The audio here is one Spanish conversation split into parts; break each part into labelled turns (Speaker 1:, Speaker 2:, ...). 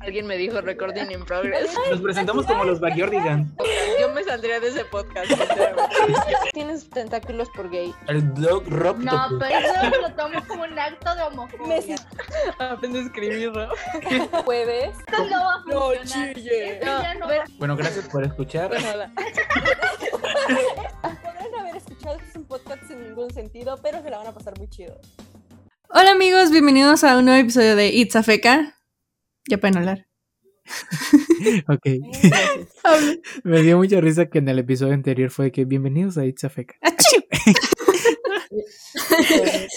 Speaker 1: Alguien me dijo recording in progress.
Speaker 2: Nos presentamos como los Backyardigan.
Speaker 1: Yo me saldría de ese podcast. sinceramente.
Speaker 3: Tienes tentáculos por gay.
Speaker 2: El blog rock.
Speaker 4: No, pero eso lo tomo como un acto de homofobia.
Speaker 3: Messi.
Speaker 4: Esto
Speaker 1: Aprende a escribirlo.
Speaker 3: Jueves.
Speaker 4: no va a
Speaker 3: No
Speaker 4: funcionar.
Speaker 3: chille.
Speaker 4: Esto ya no
Speaker 1: No,
Speaker 4: va-
Speaker 2: Bueno, gracias por escuchar.
Speaker 3: pues, Podrán haber escuchado que es un podcast sin ningún sentido, pero se la van a pasar muy chido.
Speaker 5: Hola amigos, bienvenidos a un nuevo episodio de It's a Feca. Ya pueden hablar.
Speaker 2: Ok. Me dio mucha risa que en el episodio anterior fue que bienvenidos a Itzafeca.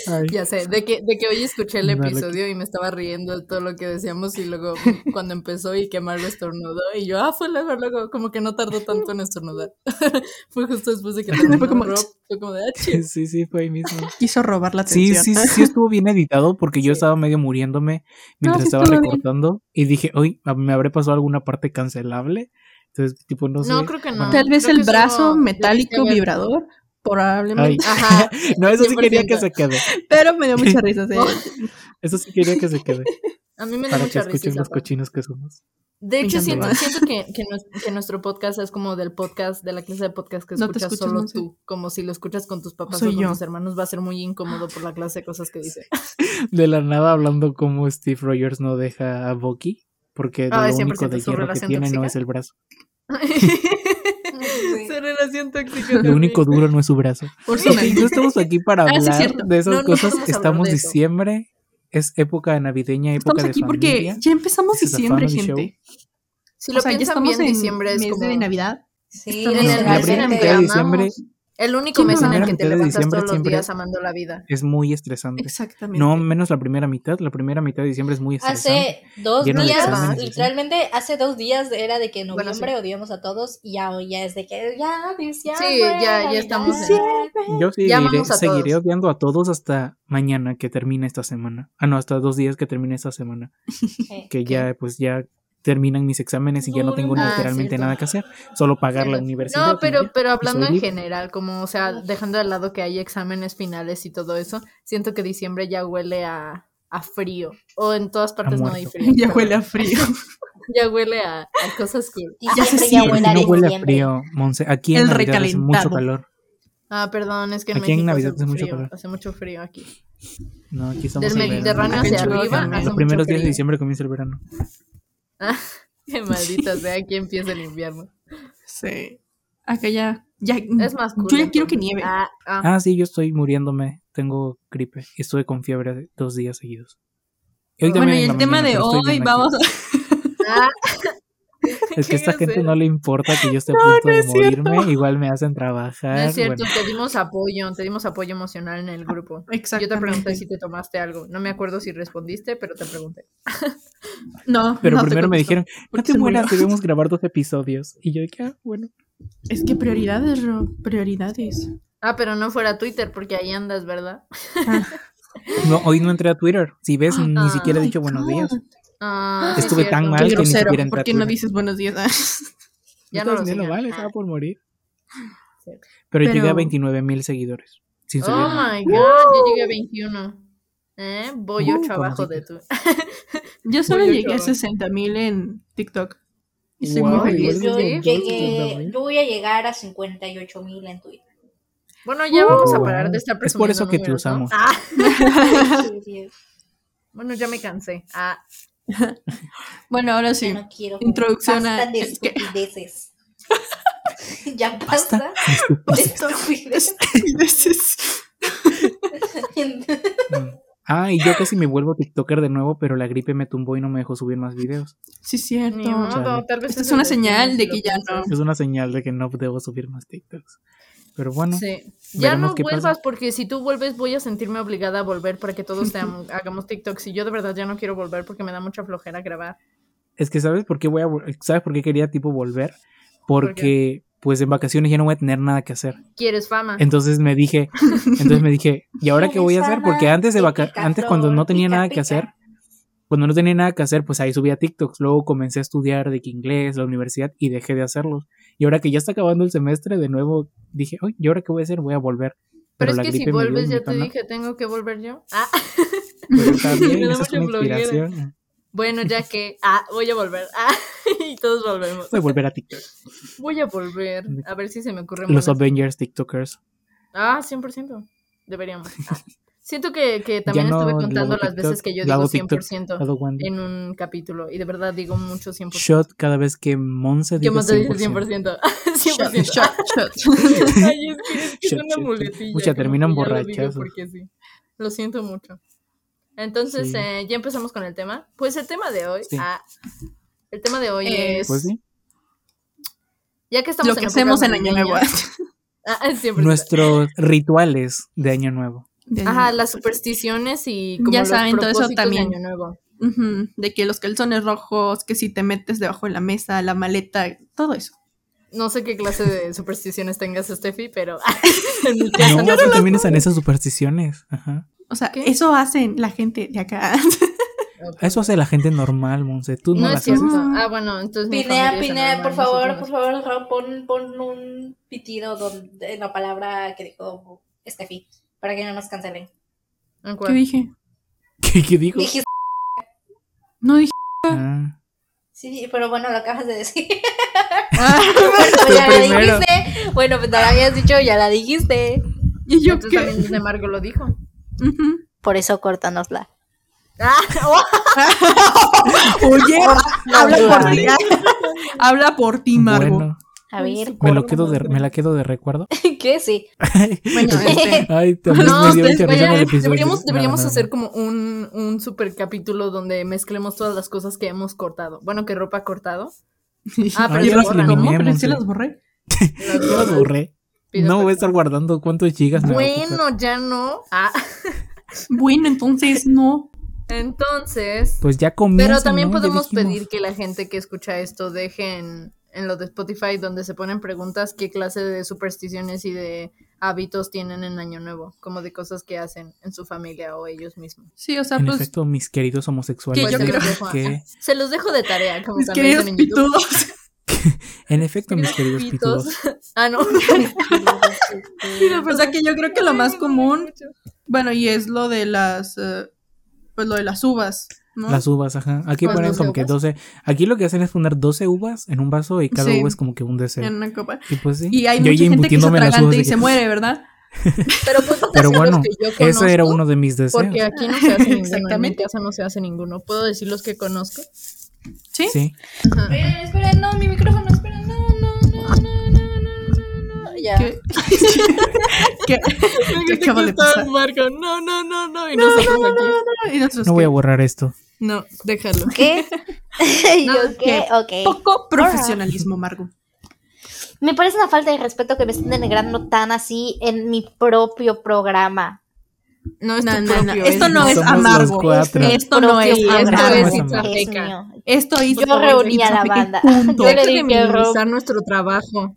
Speaker 2: Ay,
Speaker 5: Ya sé, de que, de que hoy escuché el
Speaker 2: No lo
Speaker 5: episodio y me estaba riendo de todo lo que decíamos y luego cuando empezó y que Marlo estornudó y yo, ah, fue luego, luego, como que no tardó tanto en estornudar. fue justo después de que terminó fue como, fue como de, ah, chido.
Speaker 2: Sí, sí, fue ahí mismo.
Speaker 6: quiso robar la
Speaker 2: Sí,
Speaker 6: atención.
Speaker 2: sí, sí, estuvo bien editado porque yo estaba medio muriéndome mientras
Speaker 5: sí
Speaker 2: estaba
Speaker 5: estuvo bien.
Speaker 2: recortando y dije, uy, me habré pasado alguna parte cancelable. Entonces, tipo, no sé.
Speaker 5: No, creo que no.
Speaker 6: Tal vez
Speaker 5: Creo
Speaker 6: el
Speaker 5: que
Speaker 6: brazo
Speaker 5: solo
Speaker 6: metálico
Speaker 5: debiste haber-
Speaker 6: vibrador,
Speaker 2: Ay.
Speaker 6: probablemente.
Speaker 5: Ajá.
Speaker 2: No, eso sí quería que
Speaker 5: 100%.
Speaker 2: se quede.
Speaker 6: Pero me dio mucha risa. sí.
Speaker 2: Eso sí quería que se quede.
Speaker 5: A mí me da
Speaker 2: para que
Speaker 5: mucha risa.
Speaker 2: escuchen
Speaker 5: esa
Speaker 2: los
Speaker 5: parte.
Speaker 2: cochinos que somos.
Speaker 5: De hecho,
Speaker 6: Me
Speaker 5: siento,
Speaker 6: encantó.
Speaker 5: siento que, que, nues- que nuestro podcast es como del podcast, de la clase de podcast que
Speaker 6: No te
Speaker 5: escuchas
Speaker 6: escuchas,
Speaker 5: solo
Speaker 6: no sé.
Speaker 5: tú. Como si lo escuchas con tus papás
Speaker 6: soy
Speaker 5: o con
Speaker 6: yo.
Speaker 5: tus hermanos, va a ser muy incómodo por la clase de cosas que dice.
Speaker 2: De la nada hablando como Steve Rogers no deja a Bucky porque
Speaker 5: Ay,
Speaker 2: lo
Speaker 5: 100%
Speaker 2: único de
Speaker 5: su
Speaker 2: hierro que
Speaker 5: relación
Speaker 2: tiene no
Speaker 5: tóxica.
Speaker 2: es el brazo.
Speaker 5: Su relación tóxica.
Speaker 2: Lo
Speaker 5: también.
Speaker 2: único duro no es su brazo. Ok, no estamos aquí para
Speaker 5: Ah, sí, es
Speaker 2: hablar
Speaker 5: cierto.
Speaker 2: de esas
Speaker 5: No, no
Speaker 2: cosas.
Speaker 5: podemos hablar
Speaker 2: estamos
Speaker 5: de eso.
Speaker 2: diciembre, es época navideña, época
Speaker 6: Estamos
Speaker 2: de
Speaker 6: aquí
Speaker 2: familia.
Speaker 6: porque ya empezamos
Speaker 2: This is a
Speaker 6: diciembre,
Speaker 2: family
Speaker 6: gente.
Speaker 5: Si lo
Speaker 6: o sea, ya
Speaker 5: piensan
Speaker 6: estamos
Speaker 5: bien,
Speaker 6: en
Speaker 5: diciembre es
Speaker 6: mes
Speaker 5: como...
Speaker 6: de Navidad.
Speaker 4: Sí,
Speaker 6: Estamos
Speaker 4: en el
Speaker 2: La
Speaker 6: Navidad.
Speaker 4: mes
Speaker 2: primera
Speaker 4: en el
Speaker 2: mitad de
Speaker 4: que
Speaker 2: diciembre
Speaker 4: amamos.
Speaker 5: El único
Speaker 6: Sí,
Speaker 5: mes en el
Speaker 6: primera
Speaker 5: que te
Speaker 2: mitad de
Speaker 5: levantas
Speaker 2: diciembre
Speaker 5: todos los
Speaker 2: siempre
Speaker 5: días
Speaker 2: es-
Speaker 5: amando la vida.
Speaker 2: es muy estresante.
Speaker 6: Exactamente.
Speaker 2: No, menos la primera mitad. La primera mitad de diciembre es muy estresante.
Speaker 4: Hace dos
Speaker 2: Lleno
Speaker 5: de
Speaker 4: días,
Speaker 5: exámenes,
Speaker 2: sí.
Speaker 4: literalmente hace dos días era de que en
Speaker 5: Bueno, sí.
Speaker 4: noviembre odiamos a todos y ya, hoy ya es de que ya, diciembre.
Speaker 5: Sí, ya- ya
Speaker 4: Navidad.
Speaker 5: estamos
Speaker 6: en-
Speaker 2: Yo
Speaker 5: Ya
Speaker 2: seguiré,
Speaker 5: amamos a
Speaker 2: seguiré
Speaker 5: todos.
Speaker 2: odiando a todos hasta mañana que termine esta semana. Ah, no, hasta dos días que termine esta semana.
Speaker 4: Sí.
Speaker 2: Que ya, pues ya terminan mis exámenes y ya no tengo
Speaker 5: Ah,
Speaker 2: literalmente
Speaker 5: cierto.
Speaker 2: nada que hacer. Solo pagar la
Speaker 5: Sí.
Speaker 2: universidad.
Speaker 5: No,
Speaker 2: y
Speaker 5: pero,
Speaker 2: ya.
Speaker 5: pero hablando
Speaker 2: soy
Speaker 5: en
Speaker 2: libre.
Speaker 5: general, como, o sea, dejando de lado que hay exámenes finales y todo eso, siento que diciembre ya huele a, a frío. O en todas partes no hay
Speaker 2: muerto.
Speaker 5: frío.
Speaker 6: Ya
Speaker 5: pero
Speaker 6: huele a frío.
Speaker 5: Ya huele a, a cosas que...
Speaker 6: Ya se
Speaker 4: Diciembre
Speaker 6: siente,
Speaker 2: Porque
Speaker 4: huele a
Speaker 2: no huele a
Speaker 4: diciembre.
Speaker 2: frío, Monse. Aquí en
Speaker 6: El
Speaker 2: Navidad hace mucho
Speaker 6: recalentado.
Speaker 2: calor.
Speaker 5: Ah, perdón, es que en
Speaker 2: Aquí en
Speaker 5: México
Speaker 2: Navidad
Speaker 5: hace,
Speaker 2: hace mucho
Speaker 5: frío,
Speaker 2: calor.
Speaker 5: hace mucho frío aquí.
Speaker 2: No, aquí estamos
Speaker 5: Del
Speaker 2: en verano.
Speaker 5: Mediterráneo
Speaker 6: hacia arriba hace
Speaker 2: Los
Speaker 5: mucho
Speaker 2: primeros días de
Speaker 5: frío.
Speaker 2: diciembre comienza el verano.
Speaker 5: Qué maldita sea, aquí empieza el invierno.
Speaker 6: Sí. Acá ya. ya mm,
Speaker 5: Es más cool.
Speaker 6: Yo ya quiero que
Speaker 5: entonces.
Speaker 6: nieve.
Speaker 5: Ah, ah.
Speaker 2: Ah, sí, yo estoy muriéndome. Tengo gripe. y Estuve con fiebre de- dos días seguidos. Y hoy
Speaker 6: bueno,
Speaker 2: también
Speaker 6: y
Speaker 2: en la
Speaker 6: el tema
Speaker 2: mañana,
Speaker 6: de
Speaker 2: pero estoy
Speaker 6: hoy
Speaker 2: bien
Speaker 6: vamos a...
Speaker 2: Ah,
Speaker 5: ah,
Speaker 2: aquí. Es
Speaker 5: qué
Speaker 2: que a esta gente
Speaker 5: grosero.
Speaker 2: no le importa que yo esté a
Speaker 6: No,
Speaker 2: punto
Speaker 6: no
Speaker 2: de
Speaker 6: es cierto.
Speaker 2: morirme. Igual me hacen trabajar.
Speaker 5: No es cierto,
Speaker 2: bueno,
Speaker 5: te dimos apoyo, te dimos apoyo emocional en el grupo. Yo te pregunté si te tomaste algo. No me acuerdo si respondiste, pero te pregunté.
Speaker 6: No,
Speaker 2: pero
Speaker 6: no te
Speaker 2: primero me
Speaker 6: contesto.
Speaker 2: dijeron, no
Speaker 6: porque
Speaker 2: te
Speaker 6: se
Speaker 2: mueras,
Speaker 6: murió".
Speaker 2: debemos grabar dos episodios. Y yo dije, ah, bueno.
Speaker 6: Es que prioridades, Ro, prioridades.
Speaker 5: Ah, pero no fuera Twitter, porque ahí andas, ¿verdad?
Speaker 2: No, hoy no entré a Twitter. Si ves, ni
Speaker 5: Ah.
Speaker 2: siquiera he dicho
Speaker 6: Ay,
Speaker 2: buenos
Speaker 6: God.
Speaker 2: días.
Speaker 5: Ah, sí,
Speaker 2: Estuve tan
Speaker 5: cierto.
Speaker 2: mal
Speaker 6: Qué
Speaker 2: que ni
Speaker 6: grosero,
Speaker 2: siquiera entré
Speaker 6: ¿por
Speaker 2: a
Speaker 6: qué no
Speaker 2: Twitter.
Speaker 6: dices buenos días?
Speaker 5: Ya
Speaker 2: Yo
Speaker 5: no lo
Speaker 2: también
Speaker 5: sigan.
Speaker 2: vale, estaba por morir. Pero,
Speaker 6: Pero-
Speaker 2: llegué a 29 mil seguidores. Sin subir
Speaker 5: Oh
Speaker 2: nada.
Speaker 5: my god, yo llegué a 21. ¿Eh? Voy
Speaker 2: Woo,
Speaker 5: ocho abajo
Speaker 2: contigo.
Speaker 5: de tú.
Speaker 6: Yo solo
Speaker 5: Oye,
Speaker 6: llegué a
Speaker 5: cabrón.
Speaker 6: 60 mil en TikTok. Y soy
Speaker 2: Wow,
Speaker 6: muy
Speaker 5: igual
Speaker 6: feliz.
Speaker 5: es-
Speaker 4: Yo,
Speaker 5: Sí.
Speaker 4: llegué, yo voy a llegar a 58 mil en Twitter.
Speaker 5: Bueno, ya vamos a
Speaker 2: Wow.
Speaker 5: parar de estar
Speaker 2: Uh. Es
Speaker 5: presumiendo
Speaker 2: por eso que te
Speaker 5: números, ¿no?
Speaker 2: usamos.
Speaker 5: Ah,
Speaker 4: Sí, sí,
Speaker 5: bueno, ya me cansé. Ah,
Speaker 6: Bueno, ahora
Speaker 4: ya
Speaker 6: sí.
Speaker 4: no quiero.
Speaker 6: Introducción
Speaker 4: Basta
Speaker 6: a-
Speaker 4: de
Speaker 6: es que-
Speaker 4: estupideces. ya basta. de estupideces.
Speaker 2: Ah, y yo casi me vuelvo TikToker de nuevo, pero la gripe me tumbó y no me dejó subir más videos.
Speaker 6: Sí,
Speaker 5: ni
Speaker 6: cierto.
Speaker 5: modo, tal vez
Speaker 6: Esta es
Speaker 5: el
Speaker 6: una
Speaker 5: destino,
Speaker 6: señal de
Speaker 5: lo
Speaker 6: que ya no.
Speaker 2: Es una señal de que no debo subir más TikToks. Pero bueno,
Speaker 5: Sí. Ya
Speaker 2: Veremos
Speaker 5: no
Speaker 2: qué pasa.
Speaker 5: vuelvas porque si tú vuelves voy a sentirme obligada a volver para que todos te am- hagamos TikToks y yo de verdad ya no quiero volver porque me da mucha flojera grabar.
Speaker 2: es que ¿sabes por qué voy a vol- ¿Sabes por qué quería tipo volver?
Speaker 5: qué?
Speaker 2: Porque pues en vacaciones ya no voy a tener nada que hacer.
Speaker 5: ¿Quieres fama?
Speaker 2: Entonces me dije, entonces me dije, ¿y ahora qué voy a hacer? Porque antes de vaca
Speaker 4: Pica,
Speaker 2: antes cuando no
Speaker 4: flor,
Speaker 2: tenía
Speaker 4: pica,
Speaker 2: nada que
Speaker 4: pica.
Speaker 2: hacer, cuando no tenía nada que hacer, pues ahí subía TikToks, luego comencé a estudiar de que inglés, la universidad y dejé de hacerlos. Y ahora que ya está acabando el semestre, de nuevo dije, "Uy, ¿y ahora qué voy a hacer? Voy a volver."
Speaker 5: Pero,
Speaker 2: la
Speaker 5: es que si
Speaker 2: gripe me dio
Speaker 5: vuelves
Speaker 2: un
Speaker 5: ya te
Speaker 2: montón, ¿no?
Speaker 5: dije, tengo que volver yo. Ah,
Speaker 2: Pero está
Speaker 5: Me
Speaker 2: bien,
Speaker 5: da
Speaker 2: esa es
Speaker 5: mucha
Speaker 2: una
Speaker 5: flojera.
Speaker 2: inspiración.
Speaker 5: Bueno, ya que. Ah, voy a volver. Ah, y todos volvemos.
Speaker 2: Voy a volver a TikTok.
Speaker 5: Voy a volver. A ver si se me ocurre
Speaker 2: Los Avengers TikTokers.
Speaker 5: Ah, 100%. Deberíamos. Ah. Siento que, que también
Speaker 2: no
Speaker 5: estuve
Speaker 2: lo hago
Speaker 5: contando las
Speaker 2: TikTok,
Speaker 5: veces que yo
Speaker 2: lo
Speaker 5: digo
Speaker 2: hago TikTok.
Speaker 5: 100%
Speaker 2: Cada one
Speaker 5: en un capítulo. Y de verdad digo mucho 100%.
Speaker 2: shot cada vez que Monse
Speaker 5: Yo
Speaker 2: diga
Speaker 5: más te dije
Speaker 2: 100%.
Speaker 5: 100%.
Speaker 6: Shot,
Speaker 5: 100%.
Speaker 6: shot, shot.
Speaker 5: Ay, es que, es que es
Speaker 2: Shot,
Speaker 5: una
Speaker 2: shot, shot.
Speaker 5: muletilla.
Speaker 2: Mucha,
Speaker 5: como
Speaker 2: terminan
Speaker 5: que ya lo digo
Speaker 2: borrachazos.
Speaker 5: Porque sí. Lo siento mucho. Entonces,
Speaker 2: Sí.
Speaker 5: eh, ya empezamos con el tema. Pues el tema de hoy.
Speaker 2: Sí.
Speaker 5: ah, el tema de hoy
Speaker 6: Eh,
Speaker 5: es.
Speaker 2: Pues sí.
Speaker 5: Ya que estamos
Speaker 6: Lo que
Speaker 5: épocas
Speaker 6: hacemos en Año Nuevo.
Speaker 5: navideñas- Ah, siempre está.
Speaker 2: Nuestros rituales de Año Nuevo.
Speaker 6: De Año
Speaker 5: Ajá,
Speaker 6: Nuevo.
Speaker 5: las supersticiones y como
Speaker 6: Ya
Speaker 5: los
Speaker 6: saben, todo eso
Speaker 5: propósitos de
Speaker 6: también.
Speaker 5: Año Nuevo.
Speaker 6: Ujú, De que los calzones rojos, que si te metes debajo de la mesa, la maleta, todo eso.
Speaker 5: No sé qué clase de supersticiones tengas, Steffi, pero en mi casa
Speaker 2: No,
Speaker 5: no.
Speaker 2: sí, también están esas supersticiones. Ajá.
Speaker 6: O sea,
Speaker 5: ¿Qué?
Speaker 6: eso hacen la gente de acá.
Speaker 2: Eso hace la gente normal, Monse. Tú no,
Speaker 5: No es
Speaker 2: las
Speaker 5: cierto.
Speaker 2: haces.
Speaker 5: Ah, bueno, entonces. mi
Speaker 4: Pinea,
Speaker 5: familia es
Speaker 4: Pinea, por
Speaker 5: anormal,
Speaker 4: favor, por
Speaker 5: nosotros
Speaker 4: favor, Ro, pon, pon un pitido donde, en la palabra que dijo Steffi, para que no nos cancelen.
Speaker 5: no. ¿En Ah,
Speaker 6: ¿Qué
Speaker 5: cuál?
Speaker 6: dije?
Speaker 2: ¿Qué, qué digo?
Speaker 4: Dije,
Speaker 6: No dije.
Speaker 2: Ah,
Speaker 4: sí, pero bueno, lo acabas de decir.
Speaker 5: Ah,
Speaker 2: tú
Speaker 4: ya la
Speaker 2: primero.
Speaker 4: dijiste. Bueno, pues no la habías dicho, ya la dijiste.
Speaker 6: ¿Y yo
Speaker 5: Entonces
Speaker 6: qué?
Speaker 5: también de Margo lo dijo.
Speaker 6: Ujú.
Speaker 4: Por eso córtanosla.
Speaker 6: Oye, habla por ti.
Speaker 2: vale.
Speaker 6: habla por ti, Margo.
Speaker 2: Bueno,
Speaker 4: A ver,
Speaker 2: me, lo quedo de, me la quedo de recuerdo.
Speaker 4: ¿qué? Sí.
Speaker 6: Bueno, este,
Speaker 2: Ay, también
Speaker 5: No,
Speaker 2: me dio
Speaker 5: ustedes
Speaker 2: mucha risa en el
Speaker 5: vayan,
Speaker 2: episodio.
Speaker 5: deberíamos,
Speaker 2: No,
Speaker 5: deberíamos
Speaker 2: no, no.
Speaker 5: hacer como un, un super capítulo donde mezclemos todas las cosas que hemos cortado. Bueno, que ropa ha cortado. Ah, pero
Speaker 6: yo
Speaker 5: se
Speaker 6: las
Speaker 5: borran,
Speaker 6: ¿cómo?
Speaker 2: ¿no?
Speaker 6: Pero sí
Speaker 2: Monse.
Speaker 6: las borré.
Speaker 5: Las
Speaker 2: Yo las
Speaker 5: cosas-
Speaker 2: borré.
Speaker 5: pido
Speaker 2: No voy a
Speaker 5: perdón.
Speaker 2: estar guardando cuántos gigas. me va a ocupar.
Speaker 5: Bueno, ya no. Ah,
Speaker 6: Bueno, entonces no.
Speaker 5: entonces.
Speaker 2: Pues ya comienza.
Speaker 5: Pero también
Speaker 2: ¿no? Ya
Speaker 5: podemos
Speaker 2: dijimos.
Speaker 5: pedir que la gente que escucha esto deje en, en lo de Spotify donde se ponen preguntas qué clase de supersticiones y de hábitos tienen en Año Nuevo, como de cosas que hacen en su familia o ellos mismos. Pues
Speaker 6: Sí, o sea,
Speaker 2: En
Speaker 6: pues
Speaker 2: efecto, mis queridos homosexuales.
Speaker 6: Que yo
Speaker 2: ¿saben
Speaker 5: creo-
Speaker 2: qué?
Speaker 5: Se los dejo de tarea, como
Speaker 6: mis
Speaker 5: también
Speaker 6: queridos
Speaker 5: dicen en YouTube.
Speaker 6: pitudos.
Speaker 2: En efecto, mis queridos
Speaker 5: Pitos.
Speaker 2: pitudos.
Speaker 5: Ah, no.
Speaker 6: O sea, que yo creo que lo más común, bueno, y es lo de las, eh, pues lo de las uvas, ¿no?
Speaker 2: Las uvas, ajá. Aquí
Speaker 5: ¿Cuál,
Speaker 2: ponen
Speaker 5: 12
Speaker 2: como que
Speaker 5: uvas?
Speaker 2: 12. Aquí lo que hacen es poner 12 uvas en un vaso y cada
Speaker 6: Sí.
Speaker 2: uva es como que un deseo.
Speaker 6: en una copa.
Speaker 2: Y pues sí.
Speaker 6: Y hay
Speaker 2: yo
Speaker 6: mucha
Speaker 2: ya
Speaker 6: gente que se
Speaker 2: imbutiéndome las uvas
Speaker 6: atraganta
Speaker 2: de
Speaker 6: y se
Speaker 2: que- pues,
Speaker 6: muere, ¿verdad?
Speaker 5: Pero, pues, no te
Speaker 2: Pero
Speaker 5: sé los
Speaker 2: bueno,
Speaker 5: que yo
Speaker 2: Ese era
Speaker 5: conozco,
Speaker 2: uno de mis deseos.
Speaker 5: Porque aquí no se hace ninguno.
Speaker 6: Exactamente.
Speaker 5: En mi casa no se hace ninguno. ¿Puedo decir los que conozco?
Speaker 6: ¿Sí?
Speaker 2: Sí.
Speaker 5: Ajá.
Speaker 4: Espera, espera, no, mi micrófono, espera, no, no, no, no, no, no, no, no. Ya.
Speaker 6: ¿Qué? ¿Qué? ¿Qué acaba de pasar?
Speaker 5: Marco, no, no, no, no. Y nosotros aquí.
Speaker 6: Y nosotros,
Speaker 2: No voy a
Speaker 6: ¿qué?
Speaker 2: borrar esto.
Speaker 5: No, déjalo.
Speaker 4: ¿Qué? Yo, ¿qué? Ok.
Speaker 6: Poco profesionalismo, Margo.
Speaker 4: Me parece una falta de respeto que me estén denigrando tan así en mi propio programa.
Speaker 5: No, es
Speaker 6: No,
Speaker 5: tu
Speaker 6: no, no.
Speaker 5: propio,
Speaker 6: Esto no es
Speaker 2: Somos los
Speaker 6: amargo.
Speaker 2: cuatro.
Speaker 6: Esto no es
Speaker 4: Propio
Speaker 5: esto
Speaker 4: programa.
Speaker 2: es
Speaker 6: amargo.
Speaker 5: Itzapeca.
Speaker 4: Es mío.
Speaker 6: Esto hizo
Speaker 4: Yo reuní a la
Speaker 6: Itzapeca y
Speaker 4: banda.
Speaker 6: punto.
Speaker 4: Yo le
Speaker 5: Deja de
Speaker 4: dije a Rob-
Speaker 5: minimizar nuestro trabajo.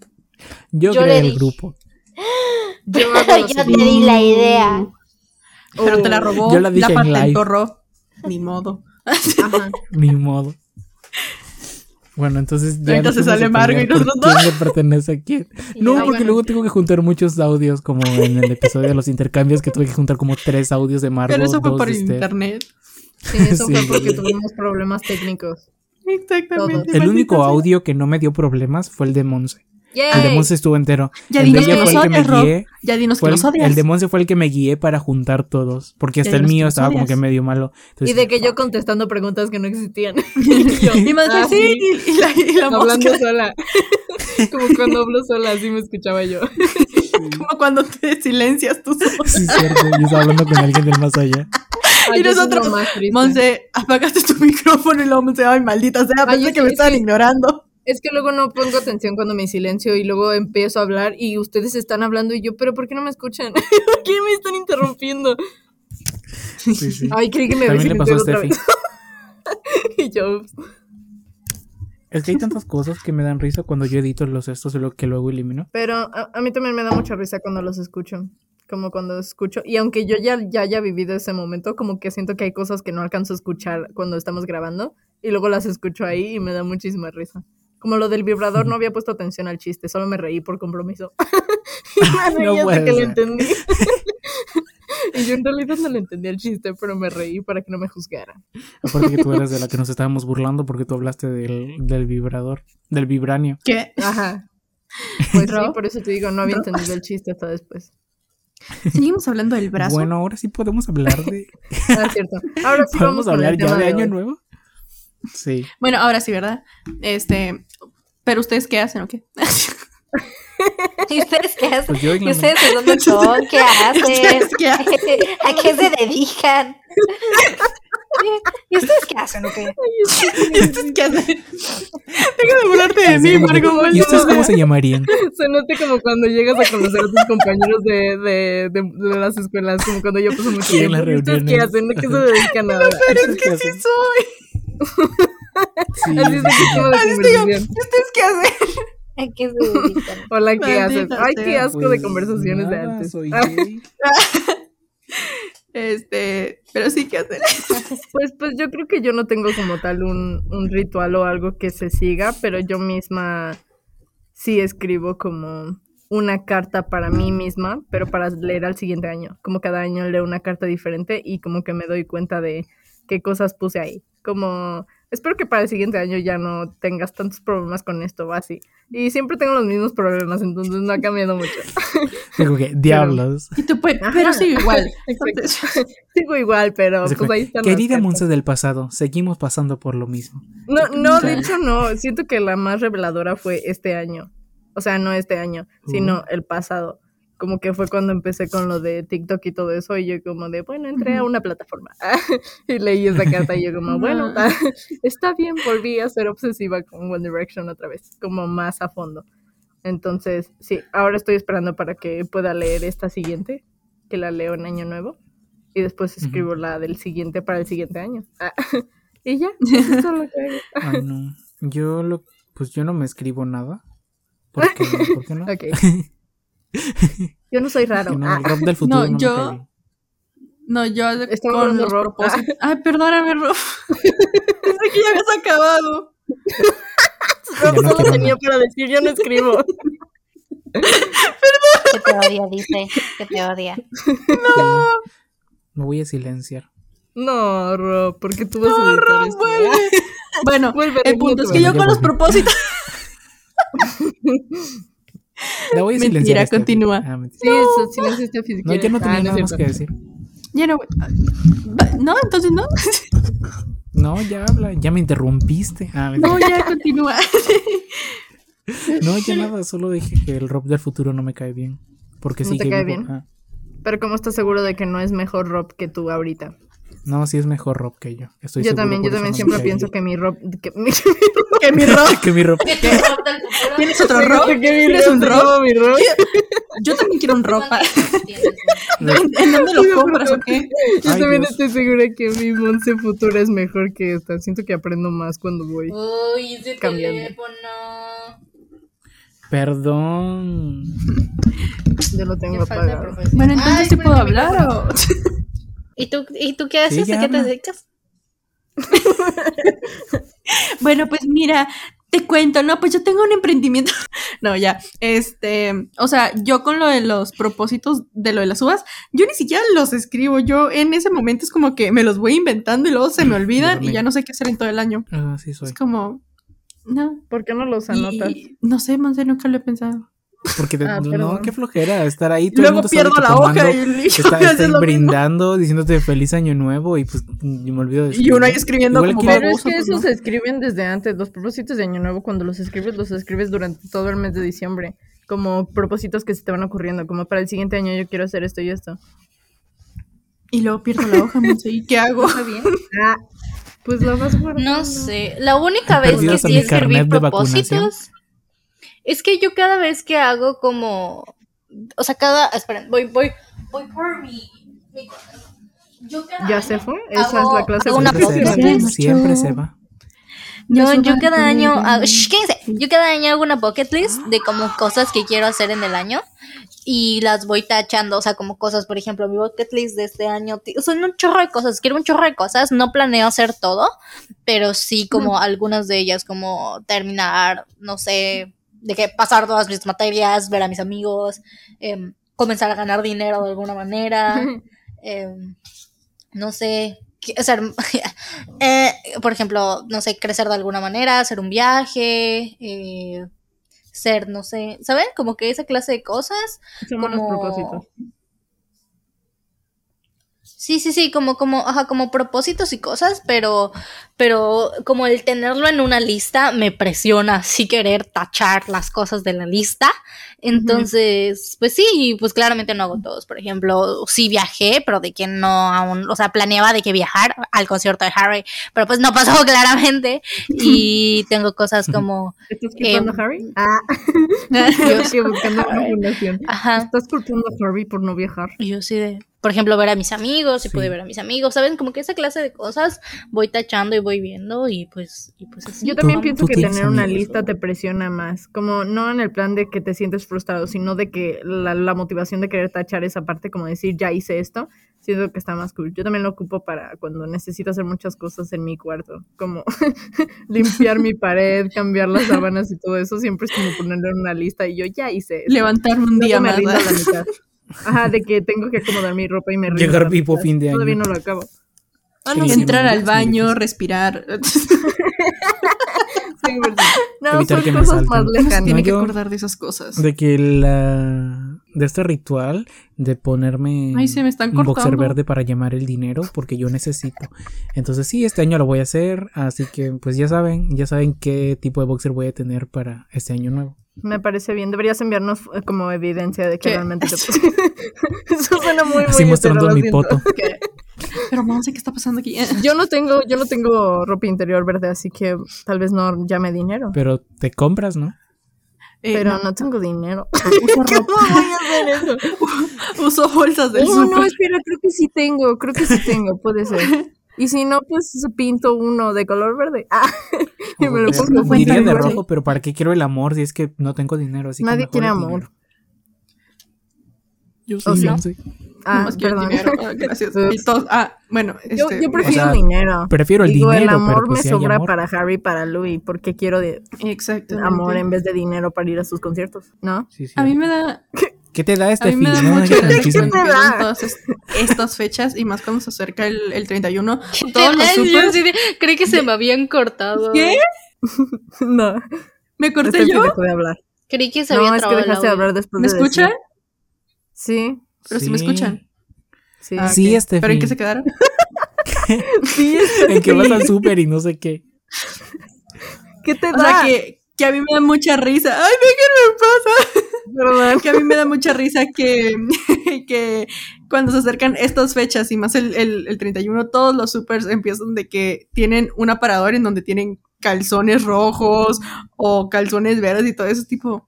Speaker 2: Yo,
Speaker 4: Yo
Speaker 2: creé
Speaker 4: le
Speaker 2: el
Speaker 4: dije.
Speaker 2: grupo.
Speaker 5: Yo hago los
Speaker 4: Yo te di la idea.
Speaker 6: Pero te la robó,
Speaker 2: Yo la dije en live.
Speaker 6: patentó Ro. Ni modo.
Speaker 5: Ajá.
Speaker 2: Ni modo. Bueno, entonces ya.
Speaker 6: Ahorita se
Speaker 2: nos vamos
Speaker 6: sale
Speaker 2: a
Speaker 6: Margo y
Speaker 2: pelear por
Speaker 6: nosotros
Speaker 2: ¿Quién le pertenece a quién? No,
Speaker 5: Ah,
Speaker 2: porque
Speaker 5: bueno.
Speaker 2: luego tengo que juntar muchos audios, como en el episodio de los intercambios, que tuve que juntar como tres audios de Margo.
Speaker 6: Pero eso fue
Speaker 2: dos
Speaker 6: por
Speaker 2: de Steph.
Speaker 6: internet.
Speaker 5: Sí, eso
Speaker 2: Sí.
Speaker 5: fue porque tuvimos problemas técnicos.
Speaker 6: Exactamente.
Speaker 2: El único
Speaker 6: maldita sea.
Speaker 2: audio que no me dio problemas fue el de Monse. El de
Speaker 5: ¡Yay!
Speaker 2: Monse estuvo entero.
Speaker 6: Ya
Speaker 2: el
Speaker 6: dinos
Speaker 2: de
Speaker 6: que
Speaker 2: ella
Speaker 6: nos
Speaker 2: fue el que
Speaker 6: odias,
Speaker 2: me
Speaker 6: Rob.
Speaker 2: guié.
Speaker 6: Ya dinos
Speaker 2: Fue
Speaker 6: que
Speaker 2: el,
Speaker 6: nos odias.
Speaker 2: el de Monse fue el que me guié para juntar todos. Porque hasta el
Speaker 6: dinos que
Speaker 2: mío
Speaker 6: nos
Speaker 2: estaba como
Speaker 6: odias.
Speaker 2: que medio malo.
Speaker 5: Y
Speaker 2: Entonces,
Speaker 5: de que yo contestando preguntas que no existían.
Speaker 6: Y más
Speaker 5: Ah,
Speaker 6: bien, sí, y- y la, y la
Speaker 5: Hablando
Speaker 6: mosca.
Speaker 5: sola. Como cuando hablo sola, así me escuchaba yo.
Speaker 6: Como cuando te silencias tú solo.
Speaker 2: Sí, es cierto. Yo estaba hablando con alguien del más allá.
Speaker 5: Ay,
Speaker 6: Y
Speaker 5: eso es
Speaker 6: nosotros,
Speaker 5: lo más triste.
Speaker 6: Monse, apagaste tu micrófono y luego Monse, ay, pues maldita sea,
Speaker 5: Ay,
Speaker 6: pensé
Speaker 5: es
Speaker 6: que me
Speaker 5: que-
Speaker 6: estaban ignorando.
Speaker 5: Es que luego no pongo atención cuando me silencio y luego empiezo a hablar y ustedes están hablando y yo, pero ¿por qué no me escuchan? ¿Por qué me están interrumpiendo?
Speaker 2: Sí, sí.
Speaker 5: Ay, creí que me había
Speaker 2: También le pasó a
Speaker 5: silenciado otra
Speaker 2: Steffi.
Speaker 5: vez. Y yo,
Speaker 2: Es que hay tantas cosas que me dan risa cuando yo edito los estos lo que luego elimino.
Speaker 5: Pero a, a mí también me da mucha risa cuando los escucho. Como cuando escucho. Y aunque yo ya, ya haya vivido ese momento, como que siento que hay cosas que no alcanzo a escuchar cuando estamos grabando. Y luego las escucho ahí y me da muchísima risa. Como lo del vibrador, no había puesto atención al chiste, solo me reí por compromiso. Y me reí
Speaker 2: No
Speaker 5: hasta
Speaker 2: puede
Speaker 5: que lo
Speaker 2: ser.
Speaker 5: entendí. Y yo en realidad no le entendía el chiste, pero me reí para que no me juzgaran.
Speaker 2: Aparte que tú eras de la que nos estábamos burlando porque tú hablaste del, del vibrador, del vibranio.
Speaker 6: ¿Qué?
Speaker 5: Ajá. Pues sí,
Speaker 6: Ro.
Speaker 5: por eso te digo, no había
Speaker 6: Ro.
Speaker 5: entendido el chiste hasta después.
Speaker 6: Seguimos hablando del brazo.
Speaker 2: Bueno, ahora sí podemos hablar de...
Speaker 5: Ah, es cierto. Ahora sí vamos
Speaker 2: ¿Podemos
Speaker 5: con
Speaker 2: hablar
Speaker 5: el
Speaker 2: ya
Speaker 5: tema
Speaker 2: de año
Speaker 5: hoy.
Speaker 2: nuevo? Sí.
Speaker 6: Bueno, ahora sí, ¿verdad? Este, pero ustedes qué hacen o qué?
Speaker 4: ¿Y ustedes qué hacen?
Speaker 2: Pues yo en
Speaker 4: ¿Y
Speaker 2: la
Speaker 4: ustedes de dónde son? ¿Qué hacen?
Speaker 6: ¿Ustedes qué hacen?
Speaker 4: ¿A qué se dedican? ¿Y ustedes qué hacen o qué?
Speaker 6: ¿Ustedes qué hacen? Deja de burlarte de
Speaker 2: Así
Speaker 6: mí,
Speaker 2: como que,
Speaker 6: Marco.
Speaker 2: pues, ¿Y
Speaker 6: vuelve
Speaker 2: ustedes
Speaker 6: a
Speaker 2: cómo
Speaker 6: ver.
Speaker 2: se llamarían?
Speaker 5: Se nota como cuando llegas a conocer a tus compañeros de, de, de, de las escuelas, como cuando yo paso mucho
Speaker 2: Sí, en
Speaker 5: tiempo.
Speaker 2: las
Speaker 5: ¿Y ¿Ustedes qué
Speaker 2: reuniones.
Speaker 5: hacen? ¿A qué se dedican ahora?
Speaker 2: Pero es que
Speaker 6: Sí soy.
Speaker 2: Sí,
Speaker 5: Así es de qué tipo de
Speaker 6: Así estoy yo.
Speaker 5: conversación.
Speaker 6: ¿Ustedes qué hacen?
Speaker 4: ¿A qué se dedican?
Speaker 5: Hola, ¿qué haces?
Speaker 6: Maldita
Speaker 5: Ay, qué
Speaker 6: sea,
Speaker 5: asco de
Speaker 2: pues,
Speaker 5: conversaciones de
Speaker 2: nada,
Speaker 5: antes.
Speaker 2: soy
Speaker 5: Ah,
Speaker 2: gay.
Speaker 6: Este, pero sí, ¿qué hacen?
Speaker 5: Pues, pues yo creo que yo no tengo como tal un, un ritual o algo que se siga, pero yo misma sí escribo como una carta para mí misma, pero para leer al siguiente año. Como cada año leo una carta diferente y como que me doy cuenta de qué cosas puse ahí. Como, espero que para el siguiente año ya no tengas tantos problemas con esto o así. Y siempre tengo los mismos problemas, entonces no ha cambiado mucho.
Speaker 2: Digo que, diablos.
Speaker 6: Y tú, pues,
Speaker 5: Ajá.
Speaker 6: pero sí, igual.
Speaker 5: Exacto.
Speaker 6: Entonces,
Speaker 5: Sigo igual, pero
Speaker 2: Así
Speaker 5: pues
Speaker 2: fue.
Speaker 5: ahí están. las
Speaker 2: Querida
Speaker 5: cartas.
Speaker 2: Monse del pasado, seguimos pasando por lo mismo.
Speaker 5: No, no, de
Speaker 6: Sí.
Speaker 5: hecho no. Siento que la más reveladora fue este año. O sea, no este año, sino el pasado. Como que fue cuando empecé con lo de TikTok y todo eso y yo como de, bueno, entré a una plataforma y leí esa carta y yo como, bueno,
Speaker 6: No.
Speaker 5: está bien, volví a ser obsesiva con One Direction otra vez, como más a fondo. Entonces, sí, ahora estoy esperando para que pueda leer esta siguiente, que la leo en Año Nuevo y después
Speaker 2: Ujú.
Speaker 5: escribo la del siguiente para el siguiente año. Ah, y ya, eso es todo lo que hago.
Speaker 2: Ay, no. Yo lo, pues yo no me escribo nada. ¿Por qué, ¿Por qué no?
Speaker 5: Ok. Yo no soy raro.
Speaker 2: Y no,
Speaker 5: Ah,
Speaker 2: el rap del futuro.
Speaker 6: No,
Speaker 2: no me
Speaker 6: yo-
Speaker 2: cae bien.
Speaker 6: No, yo
Speaker 5: Estaba
Speaker 6: con
Speaker 5: hablando
Speaker 6: los
Speaker 5: Rob.
Speaker 6: propósitos. Ay, perdóname, Rob. Pensé que ya habías acabado.
Speaker 2: Ya no
Speaker 5: solo
Speaker 2: quiero
Speaker 5: tenía
Speaker 2: nada.
Speaker 5: para decir, yo no escribo.
Speaker 4: Que te odia, dice. Que te odia.
Speaker 2: Sí. Me voy a silenciar.
Speaker 5: No, Rob, porque tú vas a editar esto?
Speaker 6: Bueno,
Speaker 5: Vuelve,
Speaker 6: el
Speaker 5: Rob,
Speaker 6: punto es
Speaker 5: vuelve.
Speaker 6: que yo
Speaker 2: Bueno,
Speaker 6: con
Speaker 2: ya
Speaker 6: los
Speaker 2: volví.
Speaker 6: propósitos.
Speaker 2: La voy a
Speaker 6: Mentira,
Speaker 2: silenciar. Steffi.
Speaker 6: continúa.
Speaker 2: Ah, mentira.
Speaker 5: Sí, eso, silencio está físico.
Speaker 2: No, yo no tenía
Speaker 5: Ah,
Speaker 2: nada
Speaker 5: es
Speaker 2: más que
Speaker 5: cierto.
Speaker 2: decir.
Speaker 6: Ya no, güey. Va- No, entonces no.
Speaker 2: No, ya habla, ya me interrumpiste. Ah, mentira.
Speaker 6: No, ya continúa.
Speaker 2: No, ya nada, solo dije que el rock del futuro no me cae bien. Porque
Speaker 5: ¿No
Speaker 2: sí
Speaker 5: te
Speaker 2: que
Speaker 5: cae
Speaker 2: vivo-
Speaker 5: bien?
Speaker 2: ah,
Speaker 5: Pero ¿cómo estás seguro de que no es mejor Rob que tú ahorita?
Speaker 2: no, sí es mejor rock que yo. Estoy
Speaker 5: yo
Speaker 2: seguro,
Speaker 5: también, yo
Speaker 2: por eso
Speaker 5: también
Speaker 2: no me
Speaker 5: siempre
Speaker 2: cae
Speaker 5: pienso
Speaker 2: bien.
Speaker 5: que mi Rob... Que mi,
Speaker 6: Que mi Rob.
Speaker 2: que mi rock.
Speaker 6: ¿Tienes otro Rob? ¿Tienes un Rob?
Speaker 5: mi Rob.
Speaker 6: Yo también quiero un ropa.
Speaker 2: No,
Speaker 6: ¿En dónde lo compras o qué?
Speaker 5: Yo
Speaker 2: Ay,
Speaker 5: también
Speaker 2: Dios.
Speaker 5: estoy segura que mi Monse futura es mejor que esta. Siento que aprendo más cuando voy.
Speaker 4: Uy, ese
Speaker 5: Cambiando.
Speaker 4: teléfono.
Speaker 2: Perdón.
Speaker 5: Yo lo
Speaker 4: Qué
Speaker 5: tengo
Speaker 4: falta de
Speaker 5: apagado.
Speaker 4: profesional.
Speaker 6: Bueno, entonces
Speaker 4: Ay,
Speaker 6: sí puedo
Speaker 4: bueno,
Speaker 6: hablar o.
Speaker 4: ¿Y tú, ¿Y tú qué haces?
Speaker 2: Sí, ya
Speaker 4: ¿A qué te
Speaker 2: habla.
Speaker 4: dedicas?
Speaker 6: Bueno, pues mira, te cuento, no, pues yo tengo un emprendimiento. No, ya. Este, o sea, yo con lo de los propósitos de lo de las uvas, yo ni siquiera los escribo. Yo en ese momento es como que me los voy inventando y luego se me olvidan y
Speaker 2: también.
Speaker 6: ya no sé qué hacer en todo el año.
Speaker 2: Ah, sí soy.
Speaker 6: Es como, no.
Speaker 5: ¿Por qué no los anotas?
Speaker 6: Y, no sé, Monse, nunca lo he pensado.
Speaker 2: Porque de-
Speaker 5: Ah,
Speaker 2: no,
Speaker 5: perdón.
Speaker 2: qué flojera estar ahí. todo el
Speaker 6: Luego
Speaker 2: mundo sabe
Speaker 6: pierdo
Speaker 2: que
Speaker 6: la
Speaker 2: tomando-
Speaker 6: hoja y,
Speaker 2: Está,
Speaker 6: y yo
Speaker 2: este
Speaker 6: voy a
Speaker 2: está
Speaker 6: hacer lo mismo.
Speaker 2: brindando, diciéndote feliz año nuevo y pues y me olvido de
Speaker 6: Y uno ahí
Speaker 2: escribir.
Speaker 6: escribiendo
Speaker 2: Igual
Speaker 6: como
Speaker 2: quiero-
Speaker 5: Pero es
Speaker 6: baboso,
Speaker 5: que
Speaker 6: pues,
Speaker 5: esos
Speaker 6: ¿no?
Speaker 5: se escriben desde antes. Los propósitos de Año Nuevo, cuando los escribes, los escribes durante todo el mes de diciembre. Como propósitos que se te van ocurriendo. Como para el siguiente año yo quiero hacer esto y esto.
Speaker 6: Y luego pierdo la hoja, Monse, ¿y qué hago?
Speaker 4: ¿Está bien?
Speaker 5: Ah, pues lo vas guardando.
Speaker 4: No sé, la única vez que
Speaker 2: Perdidos en
Speaker 4: sí
Speaker 2: mi
Speaker 4: escribí
Speaker 2: carnet de vacunación.
Speaker 4: propósitos es que yo cada vez que hago como, o sea, cada, esperen, voy, voy, voy por mi, mi cuaderno. Yo cada
Speaker 5: ¿Ya
Speaker 4: año
Speaker 5: se fue? Esa es la clase
Speaker 4: hago una
Speaker 5: de
Speaker 2: Siempre se va,
Speaker 4: propósito.
Speaker 2: siempre se va.
Speaker 4: No,
Speaker 6: Yo
Speaker 4: yo cada año
Speaker 6: soy
Speaker 4: hago, Shh, quédense. yo cada año hago una pocket list de como cosas que quiero hacer en el año y las voy tachando, o sea, como cosas, por ejemplo, mi bucket list de este año ti- son un chorro de cosas, quiero un chorro de cosas, no planeo hacer todo, pero sí como algunas de ellas, como terminar, no sé, de que pasar todas mis materias, ver a mis amigos, em, comenzar a ganar dinero de alguna manera. eh, no sé, que- o sea, eh, por ejemplo, no sé, crecer de alguna manera, hacer un viaje, eh, ser, no sé, ¿saben? Como que esa clase de cosas.
Speaker 5: Son buenos
Speaker 4: como-
Speaker 5: propósitos.
Speaker 4: Sí, sí, sí, como, como, ajá, como propósitos y cosas, pero, pero como el tenerlo en una lista me presiona así querer tachar las cosas de la lista. Entonces, pues sí, y pues claramente no hago todos. Por ejemplo, sí viajé, pero de que no aún, o sea, planeaba de que viajar al concierto de Harry, pero pues no pasó claramente. Y tengo cosas como,
Speaker 5: ¿Estás culpando a Harry? Ah, yo estoy buscando una fundación.
Speaker 4: ajá,
Speaker 5: ¿Estás culpando a Harry por no viajar?
Speaker 4: Y yo sí de, por ejemplo, ver a mis amigos, y
Speaker 2: Sí.
Speaker 4: pude ver a mis amigos, ¿saben? Como que esa clase de cosas voy tachando y voy viendo y pues, y pues así.
Speaker 5: Yo también
Speaker 4: ¿no?
Speaker 5: pienso
Speaker 2: tú
Speaker 5: que
Speaker 2: tienes
Speaker 5: tener una
Speaker 2: amigos,
Speaker 5: lista te presiona más, como no en el plan de que te sientes frustrado, sino de que la, la motivación de querer tachar esa parte, como decir, ya hice esto, siento que está más cool. Yo también lo ocupo para cuando necesito hacer muchas cosas en mi cuarto, como limpiar mi pared, cambiar las sábanas y todo eso, siempre es como ponerlo en una lista y yo ya hice esto.
Speaker 6: Levantarme un
Speaker 5: Luego
Speaker 6: día
Speaker 5: me
Speaker 6: más.
Speaker 5: rindo a la
Speaker 6: ¿verdad?
Speaker 5: mitad. Ajá, de que tengo que acomodar mi ropa y me rindo.
Speaker 2: Llegar
Speaker 5: a la
Speaker 2: vivo
Speaker 5: mitad.
Speaker 2: fin de
Speaker 5: Todavía
Speaker 2: año.
Speaker 5: no lo acabo.
Speaker 6: Ah, no,
Speaker 2: Sí,
Speaker 6: entrar
Speaker 2: no,
Speaker 6: al
Speaker 2: es muy
Speaker 6: baño,
Speaker 2: difícil.
Speaker 6: respirar.
Speaker 5: Sí, ¿verdad? No,
Speaker 2: Evitar
Speaker 5: son
Speaker 2: que me
Speaker 5: cosas más
Speaker 2: asalten.
Speaker 5: lejanas.
Speaker 6: Tiene que
Speaker 2: yo-
Speaker 6: acordar de esas cosas.
Speaker 2: De que la. De este ritual de ponerme.
Speaker 6: Ay, se me están
Speaker 2: Un boxer
Speaker 6: cortando.
Speaker 2: verde para llamar el dinero porque yo necesito. Entonces, sí, este año lo voy a hacer. Así que, pues ya saben, ya saben qué tipo de boxer voy a tener para este año nuevo.
Speaker 5: Me parece bien. Deberías enviarnos eh, como evidencia de que
Speaker 6: ¿Qué?
Speaker 5: realmente te Eso suena muy, muy
Speaker 2: Así mostrando
Speaker 5: hetero, lo
Speaker 2: mi
Speaker 5: siento.
Speaker 2: poto.
Speaker 6: ¿Qué? Pero Monse, ¿qué está pasando aquí?
Speaker 5: Yo no tengo, yo no tengo ropa interior verde, así que tal vez no llame dinero.
Speaker 2: Pero te compras, ¿no?
Speaker 6: Eh,
Speaker 5: Pero
Speaker 6: no,
Speaker 5: no tengo dinero.
Speaker 6: uso, ropa-
Speaker 5: ¿Cómo voy a hacer eso?
Speaker 6: uso bolsas del
Speaker 5: No, no,
Speaker 6: súper.
Speaker 5: espera, creo que sí tengo, creo que sí tengo, puede ser. Y si no, pues pinto uno de color verde. Ah, y me lo
Speaker 2: Pero-
Speaker 5: pongo.
Speaker 6: cuenta
Speaker 2: diría de
Speaker 6: luego.
Speaker 2: rojo, pero ¿para qué quiero el amor si es que no tengo dinero? Así que
Speaker 5: Nadie
Speaker 2: mejor
Speaker 5: quiere
Speaker 2: el
Speaker 5: amor.
Speaker 2: dinero. Yo
Speaker 5: O
Speaker 6: Oh,
Speaker 2: sí,
Speaker 5: sea,
Speaker 2: yo sí.
Speaker 5: Ah,
Speaker 6: Más que el
Speaker 5: perdón.
Speaker 6: dinero. Ah, Gracias.
Speaker 5: Ups.
Speaker 6: Y todo- ah, bueno,
Speaker 5: Yo,
Speaker 6: este,
Speaker 5: yo prefiero
Speaker 2: o sea,
Speaker 5: dinero.
Speaker 2: Prefiero el
Speaker 5: Digo,
Speaker 2: dinero,
Speaker 5: el amor
Speaker 2: pero pues
Speaker 5: me
Speaker 2: sí hay
Speaker 5: sobra
Speaker 2: amor.
Speaker 5: para Harry y para Louis, porque quiero de
Speaker 6: exactamente.
Speaker 5: amor en vez de dinero para ir a sus conciertos, ¿no?
Speaker 2: Sí, sí.
Speaker 6: A mí me da,
Speaker 2: ¿Qué te da
Speaker 6: a
Speaker 2: este fin?
Speaker 6: mí me da
Speaker 2: No,
Speaker 6: mucho
Speaker 2: déjate de
Speaker 6: coraje que
Speaker 2: chisme.
Speaker 5: te da?
Speaker 6: pierdan todas es- estas fechas y más cuando se acerca el, el 31. Todos los
Speaker 4: Ay, yo
Speaker 6: súper.
Speaker 4: sí de- creí que se me habían cortado.
Speaker 6: ¿Qué?
Speaker 5: No,
Speaker 6: ¿Me
Speaker 5: este
Speaker 6: corté
Speaker 5: que
Speaker 6: yo?
Speaker 5: dejó de hablar.
Speaker 4: Creí que se
Speaker 5: No,
Speaker 4: había
Speaker 5: es que
Speaker 4: trabado el
Speaker 5: dejaste de
Speaker 4: audio.
Speaker 5: hablar después
Speaker 6: ¿Me
Speaker 5: de decir-
Speaker 6: escuchan?
Speaker 5: Sí,
Speaker 6: Pero si me escuchan.
Speaker 5: sí.
Speaker 6: Ah,
Speaker 2: Sí,
Speaker 6: ok.
Speaker 2: este
Speaker 6: ¿Pero en qué
Speaker 2: fin.
Speaker 6: se quedaron?
Speaker 5: Sí, es-
Speaker 2: En que vas al súper y no sé qué.
Speaker 5: ¿Qué te
Speaker 6: O sea,
Speaker 5: da?
Speaker 6: que, que a mí me da mucha risa. ¡Ay, déjenme en paz!
Speaker 5: Perdón.
Speaker 6: Que a mí me da mucha risa que, que cuando se acercan estas fechas y más el, el, el 31, todos los supers empiezan de que tienen un aparador en donde tienen calzones rojos o calzones verdes y todo eso tipo.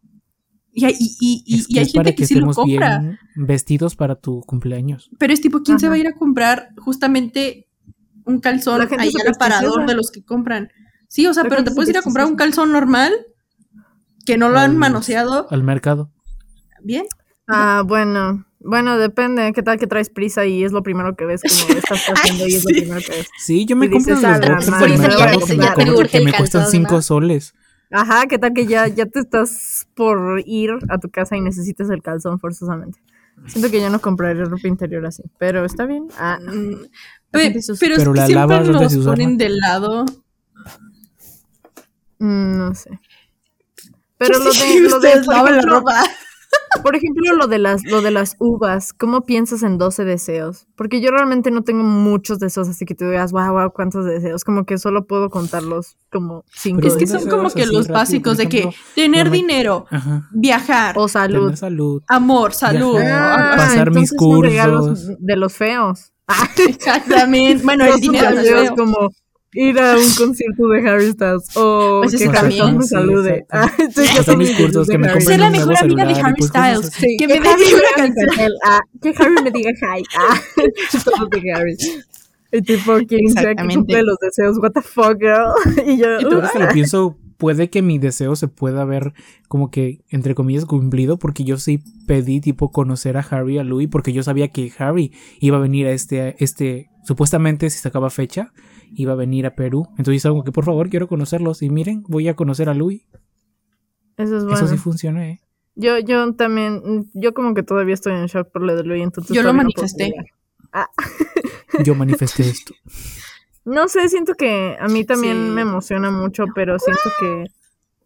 Speaker 6: Y hay, y, y- y-
Speaker 2: Es
Speaker 6: y hay
Speaker 2: es para
Speaker 6: gente que,
Speaker 2: que
Speaker 6: sí lo
Speaker 2: estemos
Speaker 6: compra.
Speaker 2: bien vestidos para tu cumpleaños.
Speaker 6: Pero es tipo, ¿quién se
Speaker 5: Ajá.
Speaker 6: va a ir a comprar justamente un calzón
Speaker 5: La gente
Speaker 6: ahí al
Speaker 5: supersticiosa.
Speaker 6: aparador de los que compran? Sí, o sea,
Speaker 5: La
Speaker 6: pero te
Speaker 5: gente
Speaker 6: puedes ir a comprar un calzón normal que no lo
Speaker 2: Al-
Speaker 6: han manoseado
Speaker 2: Al mercado.
Speaker 6: bien.
Speaker 5: Ah, bueno. Bueno, depende. ¿Qué tal que traes prisa y es lo primero que ves? Como estás pasando y es lo
Speaker 6: sí.
Speaker 5: primero que ves.
Speaker 2: Sí, yo me
Speaker 5: Y
Speaker 2: compro
Speaker 5: dices, "A
Speaker 2: los
Speaker 5: la
Speaker 2: boxers
Speaker 5: madre,
Speaker 2: del
Speaker 5: ya
Speaker 2: mercado
Speaker 5: te- ya
Speaker 2: que me
Speaker 5: te
Speaker 2: compro
Speaker 4: urge
Speaker 2: que
Speaker 4: el
Speaker 2: me cuestan
Speaker 4: calzón, ¿no?
Speaker 2: 5 soles.
Speaker 5: Ajá, ¿qué tal que ya, ya te estás por ir a tu casa y necesitas el calzón forzosamente? Siento que yo no compraría ropa interior así, pero está bien. Ah,
Speaker 6: Mm,
Speaker 5: La
Speaker 6: Pe-
Speaker 5: gente se usa-
Speaker 6: pero es
Speaker 2: Pero
Speaker 6: que
Speaker 2: la
Speaker 6: siempre
Speaker 2: lavas antes
Speaker 6: los
Speaker 2: de usarla.
Speaker 6: ponen de lado.
Speaker 5: mm, no sé. Pero
Speaker 6: Yo
Speaker 5: lo
Speaker 6: sé
Speaker 5: de,
Speaker 6: que
Speaker 5: lo de,
Speaker 6: ustedes
Speaker 5: por,
Speaker 6: lavan la
Speaker 5: ejemplo,
Speaker 6: ropa.
Speaker 5: por ejemplo, lo de las, lo de las uvas, ¿cómo piensas en 12 deseos? Porque yo realmente no tengo muchos deseos, así que tú digas, wow, wow, cuántos deseos. Como que solo puedo contarlos como cinco.
Speaker 2: Pero
Speaker 6: Es que
Speaker 2: no
Speaker 6: son
Speaker 2: se
Speaker 6: como
Speaker 2: usa
Speaker 6: que
Speaker 2: así
Speaker 6: los
Speaker 2: rápido,
Speaker 6: básicos
Speaker 2: por
Speaker 6: de que
Speaker 2: ejemplo,
Speaker 6: tener
Speaker 2: no me-
Speaker 6: dinero,
Speaker 2: Ajá.
Speaker 6: viajar,
Speaker 5: O
Speaker 2: Tener
Speaker 5: salud.
Speaker 2: salud.
Speaker 6: amor, salud.
Speaker 2: Viajar.
Speaker 6: Ah,
Speaker 2: pasar mis
Speaker 5: entonces son regalos
Speaker 2: cursos.
Speaker 5: de los feos. Ah,
Speaker 6: Exactamente. Bueno, el
Speaker 5: Todos sus
Speaker 6: dinero. no es
Speaker 5: deseos
Speaker 6: feo.
Speaker 5: como ir a un concierto de Harry Styles o
Speaker 6: Pues
Speaker 5: que
Speaker 6: ese
Speaker 5: Harry
Speaker 6: también,
Speaker 5: Styles me
Speaker 2: sí,
Speaker 5: salude.
Speaker 2: exacto.
Speaker 5: Ah, entonces ya
Speaker 2: Pasar mis
Speaker 5: tengo mis
Speaker 2: cursos, que me
Speaker 5: deseos de
Speaker 2: compren
Speaker 6: Ser
Speaker 5: Harry.
Speaker 6: la
Speaker 2: un nuevo
Speaker 6: mejor
Speaker 2: celular
Speaker 6: amiga de
Speaker 2: y
Speaker 6: Harry
Speaker 2: pues cosas
Speaker 6: Styles.
Speaker 2: así.
Speaker 6: Que
Speaker 5: Que
Speaker 6: me dedique
Speaker 5: Harry
Speaker 6: una
Speaker 5: me haga
Speaker 6: canción.
Speaker 5: pastel, ah, que Harry me diga hi. Ah, todo de Harry. El tipo quien sea que
Speaker 6: Exactamente.
Speaker 5: cumple los deseos, what the fuck, girl. Y yo,
Speaker 2: Y ahora que lo pienso, puede que mi deseo se pueda ver como que, entre comillas, cumplido, porque yo sí pedí, tipo, conocer a Harry, a Louis, porque yo sabía que Harry iba a venir a este, a este, supuestamente, si sacaba fecha, iba a venir a Perú. Entonces, algo que, por favor, quiero conocerlos. Y miren, voy a conocer a Louis.
Speaker 5: eso es
Speaker 2: Eso sí
Speaker 5: bueno.
Speaker 2: funcionó, ¿eh?
Speaker 5: Yo, yo también, mm, yo como que todavía estoy en shock por lo de Louis, entonces
Speaker 6: Yo lo
Speaker 5: todavía no puedo
Speaker 6: manifesté.
Speaker 5: opinar. Ah,
Speaker 2: Yo manifesté esto.
Speaker 5: no sé, siento que a mí también
Speaker 6: Sí.
Speaker 5: me emociona mucho, pero siento que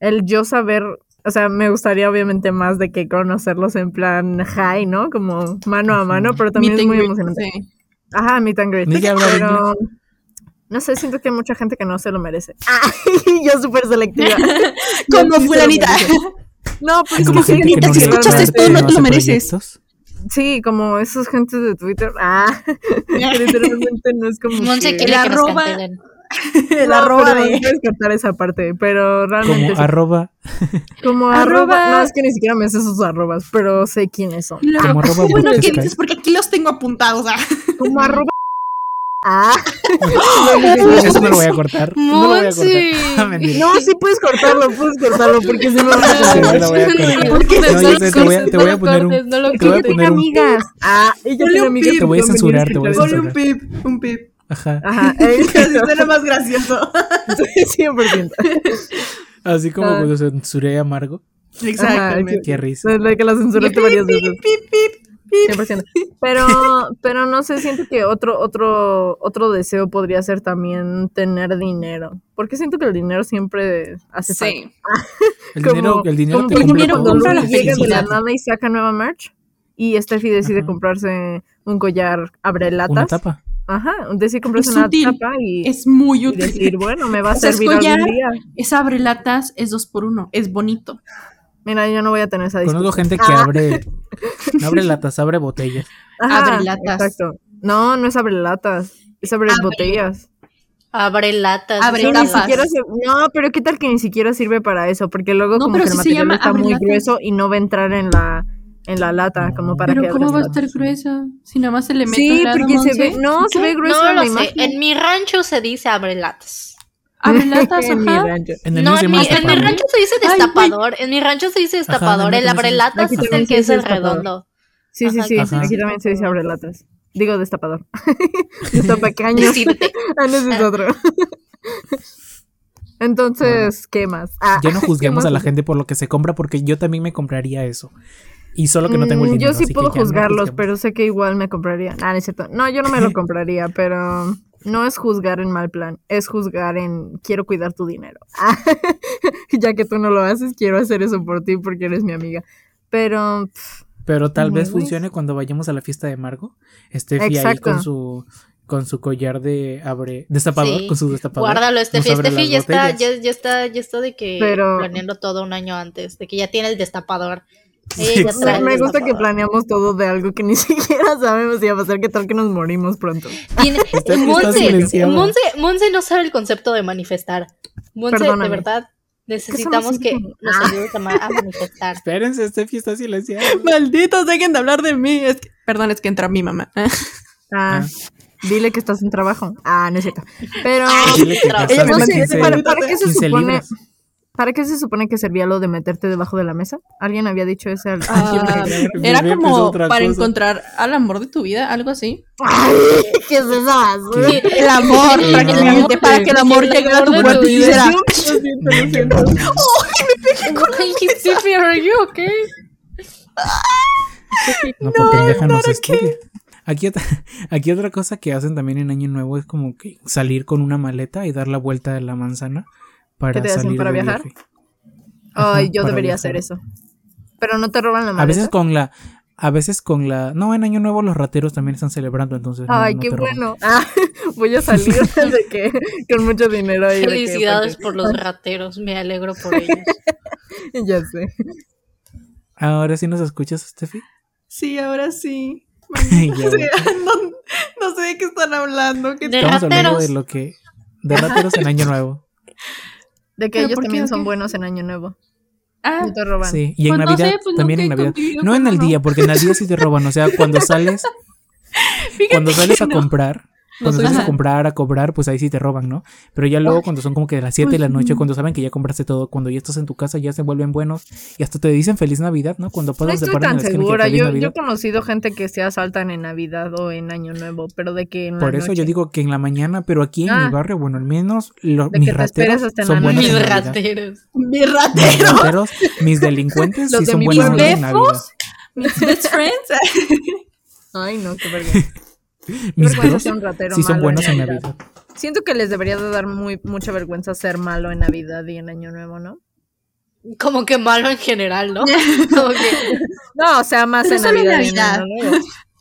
Speaker 5: el yo saber, o sea, me gustaría obviamente más de que conocerlos en plan high, ¿no? Como mano a mano,
Speaker 2: Ujú.
Speaker 5: pero también
Speaker 6: Meet
Speaker 5: es
Speaker 6: and
Speaker 5: muy
Speaker 6: greet,
Speaker 5: emocionante.
Speaker 6: sí.
Speaker 5: Ajá, meet and greet.
Speaker 2: Ni que habla de
Speaker 5: Pero, no sé, siento que hay mucha gente que no se lo merece. Ah, yo súper selectiva. Yo
Speaker 6: Como
Speaker 5: sí se lo
Speaker 6: fulanita.
Speaker 5: merece. No, pues es
Speaker 2: Como
Speaker 5: que sí,
Speaker 2: gente que
Speaker 6: Fulanita,
Speaker 2: no
Speaker 6: si
Speaker 2: le
Speaker 6: escuchas
Speaker 2: gusta,
Speaker 6: esto,
Speaker 2: que
Speaker 6: no te lo
Speaker 2: hace
Speaker 6: mereces.
Speaker 2: proyectos.
Speaker 5: sí, como esos gentes de Twitter. Ah, que literalmente no es como
Speaker 4: Monse
Speaker 5: que-
Speaker 4: quiere
Speaker 6: la
Speaker 4: que nos
Speaker 6: arroba-
Speaker 4: cancelen.
Speaker 5: No,
Speaker 6: La arroba
Speaker 5: pero
Speaker 6: de.
Speaker 5: Quiero descartar esa parte, pero realmente
Speaker 2: Como
Speaker 5: sí.
Speaker 2: arroba,
Speaker 5: como
Speaker 6: Arroba-
Speaker 5: arroba... No, es que ni siquiera me sé sus arrobas, pero sé quiénes son.
Speaker 6: La-
Speaker 2: como arroba
Speaker 6: Bueno,
Speaker 2: podcast
Speaker 6: que
Speaker 2: guy.
Speaker 6: dices, porque aquí los tengo apuntados. ah.
Speaker 5: Como arroba... Ah,
Speaker 2: Eso no lo voy a cortar. No lo voy a
Speaker 4: Monse.
Speaker 2: cortar. Ah, mentira.
Speaker 5: no, sí puedes cortarlo, puedes cortarlo, porque si no... no
Speaker 2: Sí,
Speaker 5: sé.
Speaker 2: no lo voy a cortar. No, yo sé, te voy a- te voy a poner un-
Speaker 4: pues No lo
Speaker 2: Te voy a
Speaker 4: cortes.
Speaker 2: poner un.
Speaker 5: amigas. Ah, ella
Speaker 6: Ponle
Speaker 5: tiene
Speaker 6: un
Speaker 5: amigas.
Speaker 6: pip.
Speaker 5: que
Speaker 2: Te voy a
Speaker 5: van venir
Speaker 2: censurar, te voy a
Speaker 5: escuchar
Speaker 6: Ponle
Speaker 2: censurar.
Speaker 6: un pip, un pip.
Speaker 2: Ajá.
Speaker 5: eso. Ajá, eh,
Speaker 6: Así Suena más gracioso.
Speaker 5: 100%.
Speaker 2: Así como
Speaker 5: Ah.
Speaker 2: cuando censuré a Margo.
Speaker 5: Exactamente.
Speaker 2: Qué risa.
Speaker 5: Es la que la censuraste varias veces. 100%. Pero, pero no sé, siento que otro, otro, otro deseo podría ser también tener dinero. Porque siento que el dinero siempre hace falta.
Speaker 6: Sí.
Speaker 2: El
Speaker 5: Como-
Speaker 2: dinero, el dinero
Speaker 5: como
Speaker 2: te
Speaker 5: por
Speaker 2: compra
Speaker 5: ejemplo,
Speaker 2: todo.
Speaker 5: cuando
Speaker 6: compra la
Speaker 5: Lumi llega de la
Speaker 6: felicidad.
Speaker 5: nada y saca nueva merch y Steffi decide
Speaker 2: Ajá.
Speaker 5: comprarse un collar
Speaker 2: Una
Speaker 5: abrelatas.
Speaker 2: tapa.
Speaker 5: Ajá, decide comprarse
Speaker 6: Es
Speaker 5: una
Speaker 6: útil.
Speaker 5: tapa y,
Speaker 6: Es muy
Speaker 5: y decir,
Speaker 6: útil.
Speaker 5: bueno, me va a
Speaker 6: O sea, es
Speaker 5: servir
Speaker 6: collar.
Speaker 5: algún día.
Speaker 6: Es abre latas, es dos por uno. Es bonito.
Speaker 5: Mira, yo no voy a tener esa discusión.
Speaker 2: Conozco gente que abre. No abre latas, abre botellas.
Speaker 6: Abrelatas.
Speaker 5: Exacto. No, no es abrelatas, es abre
Speaker 4: Abre-
Speaker 5: botellas.
Speaker 4: Abre latas.
Speaker 6: Abre
Speaker 5: Sí, ni
Speaker 6: tapas.
Speaker 5: siquiera se- no, pero qué tal que ni siquiera sirve para eso, porque luego
Speaker 6: No,
Speaker 5: como
Speaker 6: pero
Speaker 5: que el
Speaker 6: sí se
Speaker 5: material
Speaker 6: llama
Speaker 5: está muy
Speaker 6: abrelatas.
Speaker 5: grueso y no va a entrar en la en la lata, como para que
Speaker 6: Pero ¿cómo va a
Speaker 5: abras la-
Speaker 6: estar gruesa? Si nada más se le mete un
Speaker 5: Sí,
Speaker 6: lado,
Speaker 5: porque se
Speaker 6: Monse.
Speaker 5: ve, no, se ve grueso
Speaker 4: No
Speaker 5: en la
Speaker 4: lo sé.
Speaker 5: imagen.
Speaker 4: En mi rancho se dice abre latas.
Speaker 6: Abre latas,
Speaker 5: En mi
Speaker 6: ajá.
Speaker 5: rancho.
Speaker 2: En el
Speaker 4: No,
Speaker 2: mío se
Speaker 4: en
Speaker 2: llama
Speaker 4: mi, en mi
Speaker 2: destapable.
Speaker 4: rancho se dice
Speaker 6: Ay, güey.
Speaker 4: destapador. En mi rancho se dice
Speaker 2: Ajá,
Speaker 4: destapador.
Speaker 2: no,
Speaker 4: El
Speaker 2: no,
Speaker 4: abre
Speaker 2: no,
Speaker 4: latas
Speaker 5: aquí
Speaker 4: es
Speaker 5: también
Speaker 4: el
Speaker 5: se
Speaker 4: que es
Speaker 5: dice
Speaker 4: el
Speaker 5: destapador.
Speaker 4: redondo.
Speaker 5: Sí, sí,
Speaker 4: Ajá,
Speaker 5: sí,
Speaker 4: que
Speaker 2: sí,
Speaker 5: aquí
Speaker 2: sí.
Speaker 5: también se dice abre latas. Digo destapador. Destapacaños.
Speaker 4: Decirte.
Speaker 5: Ah, no, ese es otro. Entonces, ¿qué más? Ah,
Speaker 2: Ya no juzguemos
Speaker 5: ¿qué
Speaker 2: a la
Speaker 5: más?
Speaker 2: gente por lo que se compra, porque yo también me compraría eso. Y solo que no tengo el
Speaker 5: Mm,
Speaker 2: dinero.
Speaker 5: Yo sí
Speaker 2: así que
Speaker 5: puedo
Speaker 2: ya no
Speaker 5: juzgarlos,
Speaker 2: juzguemos.
Speaker 5: pero sé que igual me compraría. Ah, no es cierto. No, yo no me lo compraría, pero no es juzgar en mal plan, es juzgar en quiero cuidar tu dinero. Ah, ya que tú no lo haces, quiero hacer eso por ti porque eres mi amiga. Pero pff,
Speaker 2: Pero tal vez
Speaker 5: Anyways.
Speaker 2: funcione cuando vayamos a la fiesta de Margo. Steffi ahí
Speaker 5: Exacto.
Speaker 2: con su con su collar de abre destapador,
Speaker 4: Sí.
Speaker 2: con su destapador.
Speaker 4: Guárdalo, este
Speaker 2: nos abre
Speaker 4: Steffi
Speaker 2: las
Speaker 4: ya está,
Speaker 2: botellas.
Speaker 4: ya, ya está, ya está de que
Speaker 5: Pero-
Speaker 4: planeando todo un año antes, de que ya tiene el destapador. Ella
Speaker 2: Sí,
Speaker 4: ya
Speaker 2: exacto.
Speaker 4: trae
Speaker 5: me,
Speaker 4: el
Speaker 5: me gusta que
Speaker 4: destapador.
Speaker 5: planeamos todo de algo que ni siquiera sabemos si va a pasar, que tal que nos morimos pronto.
Speaker 4: Tiene-
Speaker 2: Está- está
Speaker 4: Monse,
Speaker 2: silenciada.
Speaker 4: Monse, Monse no sabe el concepto de manifestar. Monse, de
Speaker 5: Perdóname.
Speaker 4: verdad, necesitamos que
Speaker 5: significa?
Speaker 4: nos ayudes a, ma- a manifestar.
Speaker 2: Espérense, Steffi está silenciada.
Speaker 6: Malditos, dejen de hablar de mí. Es que- perdón, es que entra mi mamá.
Speaker 5: Ah,
Speaker 2: Ah.
Speaker 5: Dile que estás en trabajo. Ah, no es cierto. Pero...
Speaker 2: Dile que
Speaker 4: Ella
Speaker 2: gastaste
Speaker 5: no sé,
Speaker 2: 15
Speaker 5: ¿para- para qué se
Speaker 2: 15
Speaker 5: supone?
Speaker 2: libras.
Speaker 5: ¿Para qué se supone que servía lo de meterte debajo de la mesa? ¿Alguien había dicho eso? al-
Speaker 6: Ah,
Speaker 2: Bebé,
Speaker 6: era
Speaker 2: pues,
Speaker 6: como
Speaker 2: otra
Speaker 6: para
Speaker 2: cosa.
Speaker 6: encontrar al amor de tu vida, algo así.
Speaker 5: Ay, ¿Qué es eso?
Speaker 2: Sí.
Speaker 6: El amor,
Speaker 2: Sí,
Speaker 6: prácticamente,
Speaker 4: no.
Speaker 6: para que el amor
Speaker 4: El
Speaker 6: llegara a tu
Speaker 4: amor de
Speaker 6: cuerpo
Speaker 4: tu
Speaker 6: y
Speaker 4: vida.
Speaker 6: dijera,
Speaker 4: Steffi, are you okay?
Speaker 2: No, por pendeja no se estudia. Aquí otra, aquí otra cosa que hacen también en Año Nuevo es como que salir con una maleta y dar la vuelta de la manzana para
Speaker 5: ¿Qué te hacen,
Speaker 2: salir
Speaker 5: para
Speaker 2: de
Speaker 5: viajar?
Speaker 2: viaje. Ajá,
Speaker 5: Ay, yo
Speaker 2: para
Speaker 5: debería
Speaker 2: viajar.
Speaker 5: hacer eso. Pero no te roban la
Speaker 2: A veces
Speaker 5: maleta.
Speaker 2: con la a veces con la no, en Año Nuevo los rateros también están celebrando, entonces no,
Speaker 5: Ay,
Speaker 2: no
Speaker 5: qué
Speaker 2: te roban.
Speaker 5: bueno. Ah, voy a salir de que con mucho dinero ahí. de que,
Speaker 4: Felicidades por los rateros, me alegro por ellos.
Speaker 5: porque- Ya sé.
Speaker 2: Ahora sí nos escuchas, Steffi.
Speaker 6: sí, ahora sí.
Speaker 2: Ya, güey.
Speaker 6: no, no sé de qué están hablando. ¿qué
Speaker 4: De
Speaker 2: Estamos hablando de
Speaker 4: rateros.
Speaker 2: lo que de rateros en Año Nuevo.
Speaker 5: De que
Speaker 6: ¿Pero
Speaker 5: ellos
Speaker 6: por qué,
Speaker 5: también
Speaker 6: o
Speaker 5: son
Speaker 6: qué?
Speaker 5: buenos en Año Nuevo.
Speaker 6: Ah,
Speaker 5: No te roban.
Speaker 2: Sí, y en
Speaker 6: Pues no
Speaker 2: Navidad
Speaker 6: sé, pues no
Speaker 2: también en
Speaker 6: que
Speaker 2: Navidad.
Speaker 6: contigo,
Speaker 2: No en
Speaker 6: pero
Speaker 2: el
Speaker 6: no.
Speaker 2: día, porque en el día sí te roban, o sea, cuando sales cuando sales a
Speaker 6: no.
Speaker 2: comprar,
Speaker 5: Pues,
Speaker 2: cuando
Speaker 6: soy
Speaker 2: sales a
Speaker 6: fan.
Speaker 2: comprar, a cobrar, pues ahí sí te roban, ¿no? Pero ya luego cuando son como que de las 7 de la noche, cuando saben que ya compraste todo, cuando ya estás en tu casa, ya se vuelven buenos y hasta te dicen feliz Navidad, ¿no? Cuando
Speaker 5: No
Speaker 2: pasas se
Speaker 5: estoy
Speaker 2: paran en
Speaker 5: tan
Speaker 2: la esquina y
Speaker 5: segura.
Speaker 2: feliz
Speaker 5: Yo, yo
Speaker 2: Navidad.
Speaker 5: he conocido gente que se asaltan en Navidad o en Año Nuevo, pero de que en la
Speaker 2: Por eso yo
Speaker 5: noche.
Speaker 2: digo que en la mañana, pero aquí en
Speaker 5: Ah.
Speaker 2: mi barrio, bueno, al menos los
Speaker 5: De
Speaker 2: mis
Speaker 5: que te esperas
Speaker 2: rateros
Speaker 5: hasta en
Speaker 2: son
Speaker 5: la noche.
Speaker 2: buenos en
Speaker 4: Mis
Speaker 2: Navidad.
Speaker 4: rateros.
Speaker 6: mi
Speaker 2: Mis
Speaker 6: ratero,
Speaker 2: rateros, mis delincuentes
Speaker 5: Los
Speaker 2: sí
Speaker 5: de
Speaker 2: son
Speaker 5: mi
Speaker 2: buenos en
Speaker 6: barrio.
Speaker 2: Navidad.
Speaker 6: mis best friends.
Speaker 5: Ay, no, qué verga.
Speaker 2: Mis
Speaker 5: Vergüenza
Speaker 2: bros
Speaker 5: ser un ratero
Speaker 2: sí son
Speaker 5: malo
Speaker 2: buenos en
Speaker 5: Navidad.
Speaker 2: Navidad.
Speaker 5: Siento que les debería de dar muy, mucha vergüenza ser malo en Navidad y en Año Nuevo, ¿no?
Speaker 4: Como que malo en general, ¿no? Como que-
Speaker 5: No, o sea, más
Speaker 6: Pero
Speaker 5: en
Speaker 6: solo en
Speaker 5: Navidad. y en
Speaker 6: Navidad.
Speaker 5: Año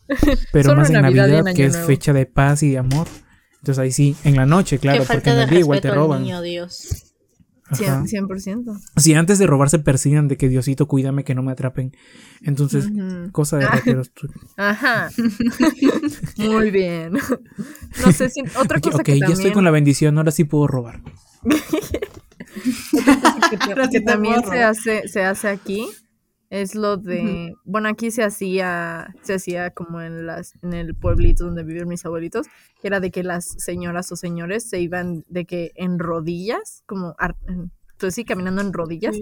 Speaker 5: Nuevo.
Speaker 2: Pero
Speaker 5: Solo
Speaker 2: más en
Speaker 5: en Navidad y
Speaker 2: Navidad,
Speaker 5: en Año
Speaker 2: que es
Speaker 5: Nuevo.
Speaker 2: fecha de paz y de amor. Entonces ahí sí, en la noche, claro,
Speaker 4: que
Speaker 2: porque
Speaker 4: falta
Speaker 2: en
Speaker 4: de
Speaker 2: el día igual te
Speaker 4: respeto al
Speaker 2: roban.
Speaker 4: niño Dios.
Speaker 2: Ajá.
Speaker 5: Cien- 100%.
Speaker 2: Si antes de robar se persignan de que Diosito cuídame que no me atrapen. Entonces,
Speaker 5: Ujú.
Speaker 2: cosa de rateros.
Speaker 5: Ajá. Muy bien. No sé si otra
Speaker 2: Oye,
Speaker 5: cosa
Speaker 2: ok,
Speaker 5: que
Speaker 2: ya
Speaker 5: también,
Speaker 2: estoy con la bendición, ahora sí puedo robar.
Speaker 5: que ta-
Speaker 6: Ahora sí
Speaker 5: que
Speaker 6: te
Speaker 5: también
Speaker 6: borro.
Speaker 5: se hace, se hace aquí es lo de, bueno, aquí se hacía, se hacía como en las, en el pueblito donde viven mis abuelitos, que era de que las señoras o señores se iban de que en rodillas, como, ar- en- pues sí, caminando en rodillas,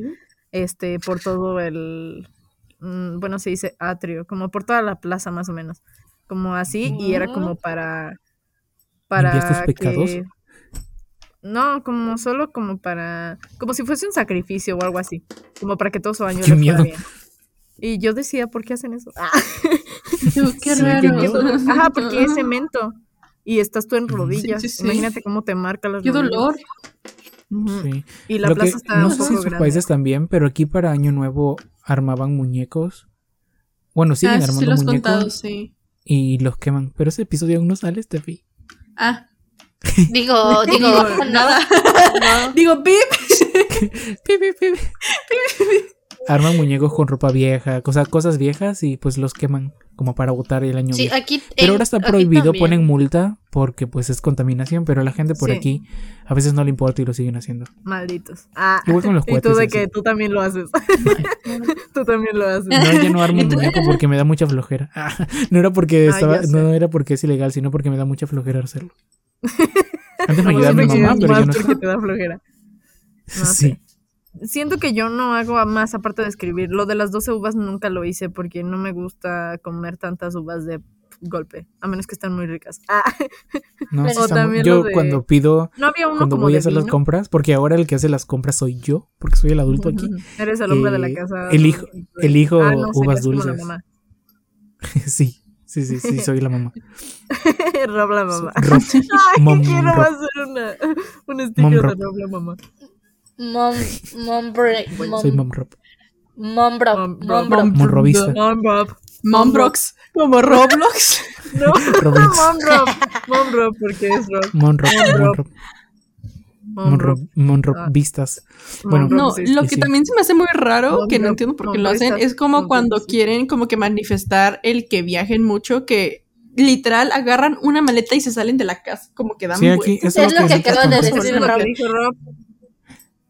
Speaker 5: este, por todo el, mm, bueno, se dice atrio, como por toda la plaza más o menos, como así, y era como para, para
Speaker 2: ¿Limpiar tus pecados?
Speaker 5: que- no, como solo como para, como si fuese un sacrificio o algo así, como para que todo su año les
Speaker 2: ¡Qué
Speaker 5: fuera
Speaker 2: miedo!
Speaker 5: bien. Y yo decía, ¿por qué hacen eso? Ah,
Speaker 6: qué
Speaker 2: Sí, qué
Speaker 6: raro.
Speaker 5: ¿qué
Speaker 2: miedo.
Speaker 5: dolor. Ajá, porque es cemento. Y estás tú en
Speaker 2: Sí,
Speaker 5: rodillas.
Speaker 6: sí, sí.
Speaker 5: Imagínate cómo te marca las
Speaker 6: Qué
Speaker 5: rodillas.
Speaker 6: dolor.
Speaker 5: Ujú.
Speaker 2: Sí.
Speaker 5: Y la
Speaker 2: Lo que-
Speaker 5: plaza está
Speaker 2: no
Speaker 5: un
Speaker 2: sé
Speaker 5: poco
Speaker 2: si en sus
Speaker 5: grande.
Speaker 2: países también, pero aquí para Año Nuevo armaban muñecos. Bueno, siguen
Speaker 6: ah, eso sí
Speaker 2: armando
Speaker 6: lo has
Speaker 2: muñecos
Speaker 6: contado, sí.
Speaker 2: y los queman. Pero ese episodio aún no sale, Steffi.
Speaker 6: Ah,
Speaker 4: Digo, digo,
Speaker 6: Digo,
Speaker 4: nada.
Speaker 6: digo, pip.
Speaker 2: Pi, pi, pi, pi. Arman muñecos con ropa vieja, cosa- cosas viejas y pues los queman como para botar el año
Speaker 4: Sí,
Speaker 2: viejo.
Speaker 4: aquí.
Speaker 2: Pero
Speaker 4: en-
Speaker 2: ahora está
Speaker 4: aquí
Speaker 2: prohibido,
Speaker 4: también.
Speaker 2: ponen multa porque pues es contaminación, pero la gente por
Speaker 5: Sí.
Speaker 2: aquí a veces no le importa y lo siguen haciendo.
Speaker 5: Malditos. Ah.
Speaker 2: Igual con los
Speaker 5: Y
Speaker 2: cohetes.
Speaker 5: tú
Speaker 2: y
Speaker 5: de
Speaker 2: así.
Speaker 5: que tú también lo haces. tú también lo haces.
Speaker 2: No, ya no armo un muñeco porque me da mucha flojera. No era porque
Speaker 5: Ah,
Speaker 2: estaba,
Speaker 5: ya sé.
Speaker 2: no era porque es ilegal, sino porque me da mucha flojera hacerlo. Antes me
Speaker 5: Nomás
Speaker 2: ayudaba mi
Speaker 5: porque
Speaker 2: mamá,
Speaker 5: es
Speaker 2: pero
Speaker 5: más
Speaker 2: yo no
Speaker 5: porque
Speaker 2: estaba.
Speaker 5: te da flojera. no
Speaker 2: Sí.
Speaker 5: Siento que yo no hago más aparte de escribir. Lo de las 12 uvas nunca lo hice porque no me gusta comer tantas uvas de golpe, a menos que están muy ricas. Ah,
Speaker 2: No, sí
Speaker 5: O
Speaker 2: está muy-
Speaker 5: también
Speaker 2: yo
Speaker 5: lo de-
Speaker 2: cuando pido,
Speaker 5: no había uno
Speaker 2: cuando
Speaker 5: como
Speaker 2: voy
Speaker 5: de
Speaker 2: a hacer las
Speaker 5: vino.
Speaker 2: compras, porque ahora el que hace las compras soy yo, porque soy el adulto aquí.
Speaker 5: Ujú. Eres el hombre de la
Speaker 2: Eh,
Speaker 5: casa. Ah,
Speaker 2: elijo- elijo uvas
Speaker 5: serías como la
Speaker 2: dulces.
Speaker 5: mamá.
Speaker 2: Sí, sí, sí, sí, soy la mamá.
Speaker 5: Rob la mamá.
Speaker 2: Rob-
Speaker 5: Ay,
Speaker 2: Mom
Speaker 5: que quiero
Speaker 2: Rob.
Speaker 5: hacer una, un
Speaker 2: Mom
Speaker 5: sticker de
Speaker 2: Rob.
Speaker 5: Rob la mamá.
Speaker 4: Mom, mom, bre- mom,
Speaker 2: soy mom Rob.
Speaker 4: mom, bro-
Speaker 5: Mom-
Speaker 4: mom, bro.
Speaker 6: Mom-
Speaker 2: Mom Robista.
Speaker 5: Mom Rob.
Speaker 6: Mombrox. Como Roblox.
Speaker 5: No,
Speaker 2: Roblox.
Speaker 5: Mom Rob. Mom Rob, porque es Rob.
Speaker 2: Mom Rob, Mom Rob,
Speaker 5: Mom
Speaker 2: Mom
Speaker 5: Rob.
Speaker 2: Rob, Mom Rob
Speaker 5: Ah.
Speaker 2: vistas.
Speaker 5: Mom
Speaker 2: Bueno,
Speaker 5: Rob,
Speaker 6: No,
Speaker 5: sí.
Speaker 6: lo
Speaker 2: sí,
Speaker 6: que
Speaker 2: sí.
Speaker 6: también se me hace muy raro,
Speaker 5: No,
Speaker 6: que no
Speaker 5: no,
Speaker 6: entiendo por qué
Speaker 5: no,
Speaker 6: lo hacen,
Speaker 5: estás-
Speaker 6: es como
Speaker 5: no,
Speaker 6: cuando
Speaker 5: sí.
Speaker 6: quieren como que manifestar el que viajen mucho, que literal agarran una maleta y se salen de la casa, como que dan
Speaker 2: Sí, aquí
Speaker 6: vueltas.
Speaker 2: eso
Speaker 4: Es lo que
Speaker 2: dices
Speaker 4: acabo de
Speaker 2: con-
Speaker 4: decir.
Speaker 5: Eso es lo que dijo Rob.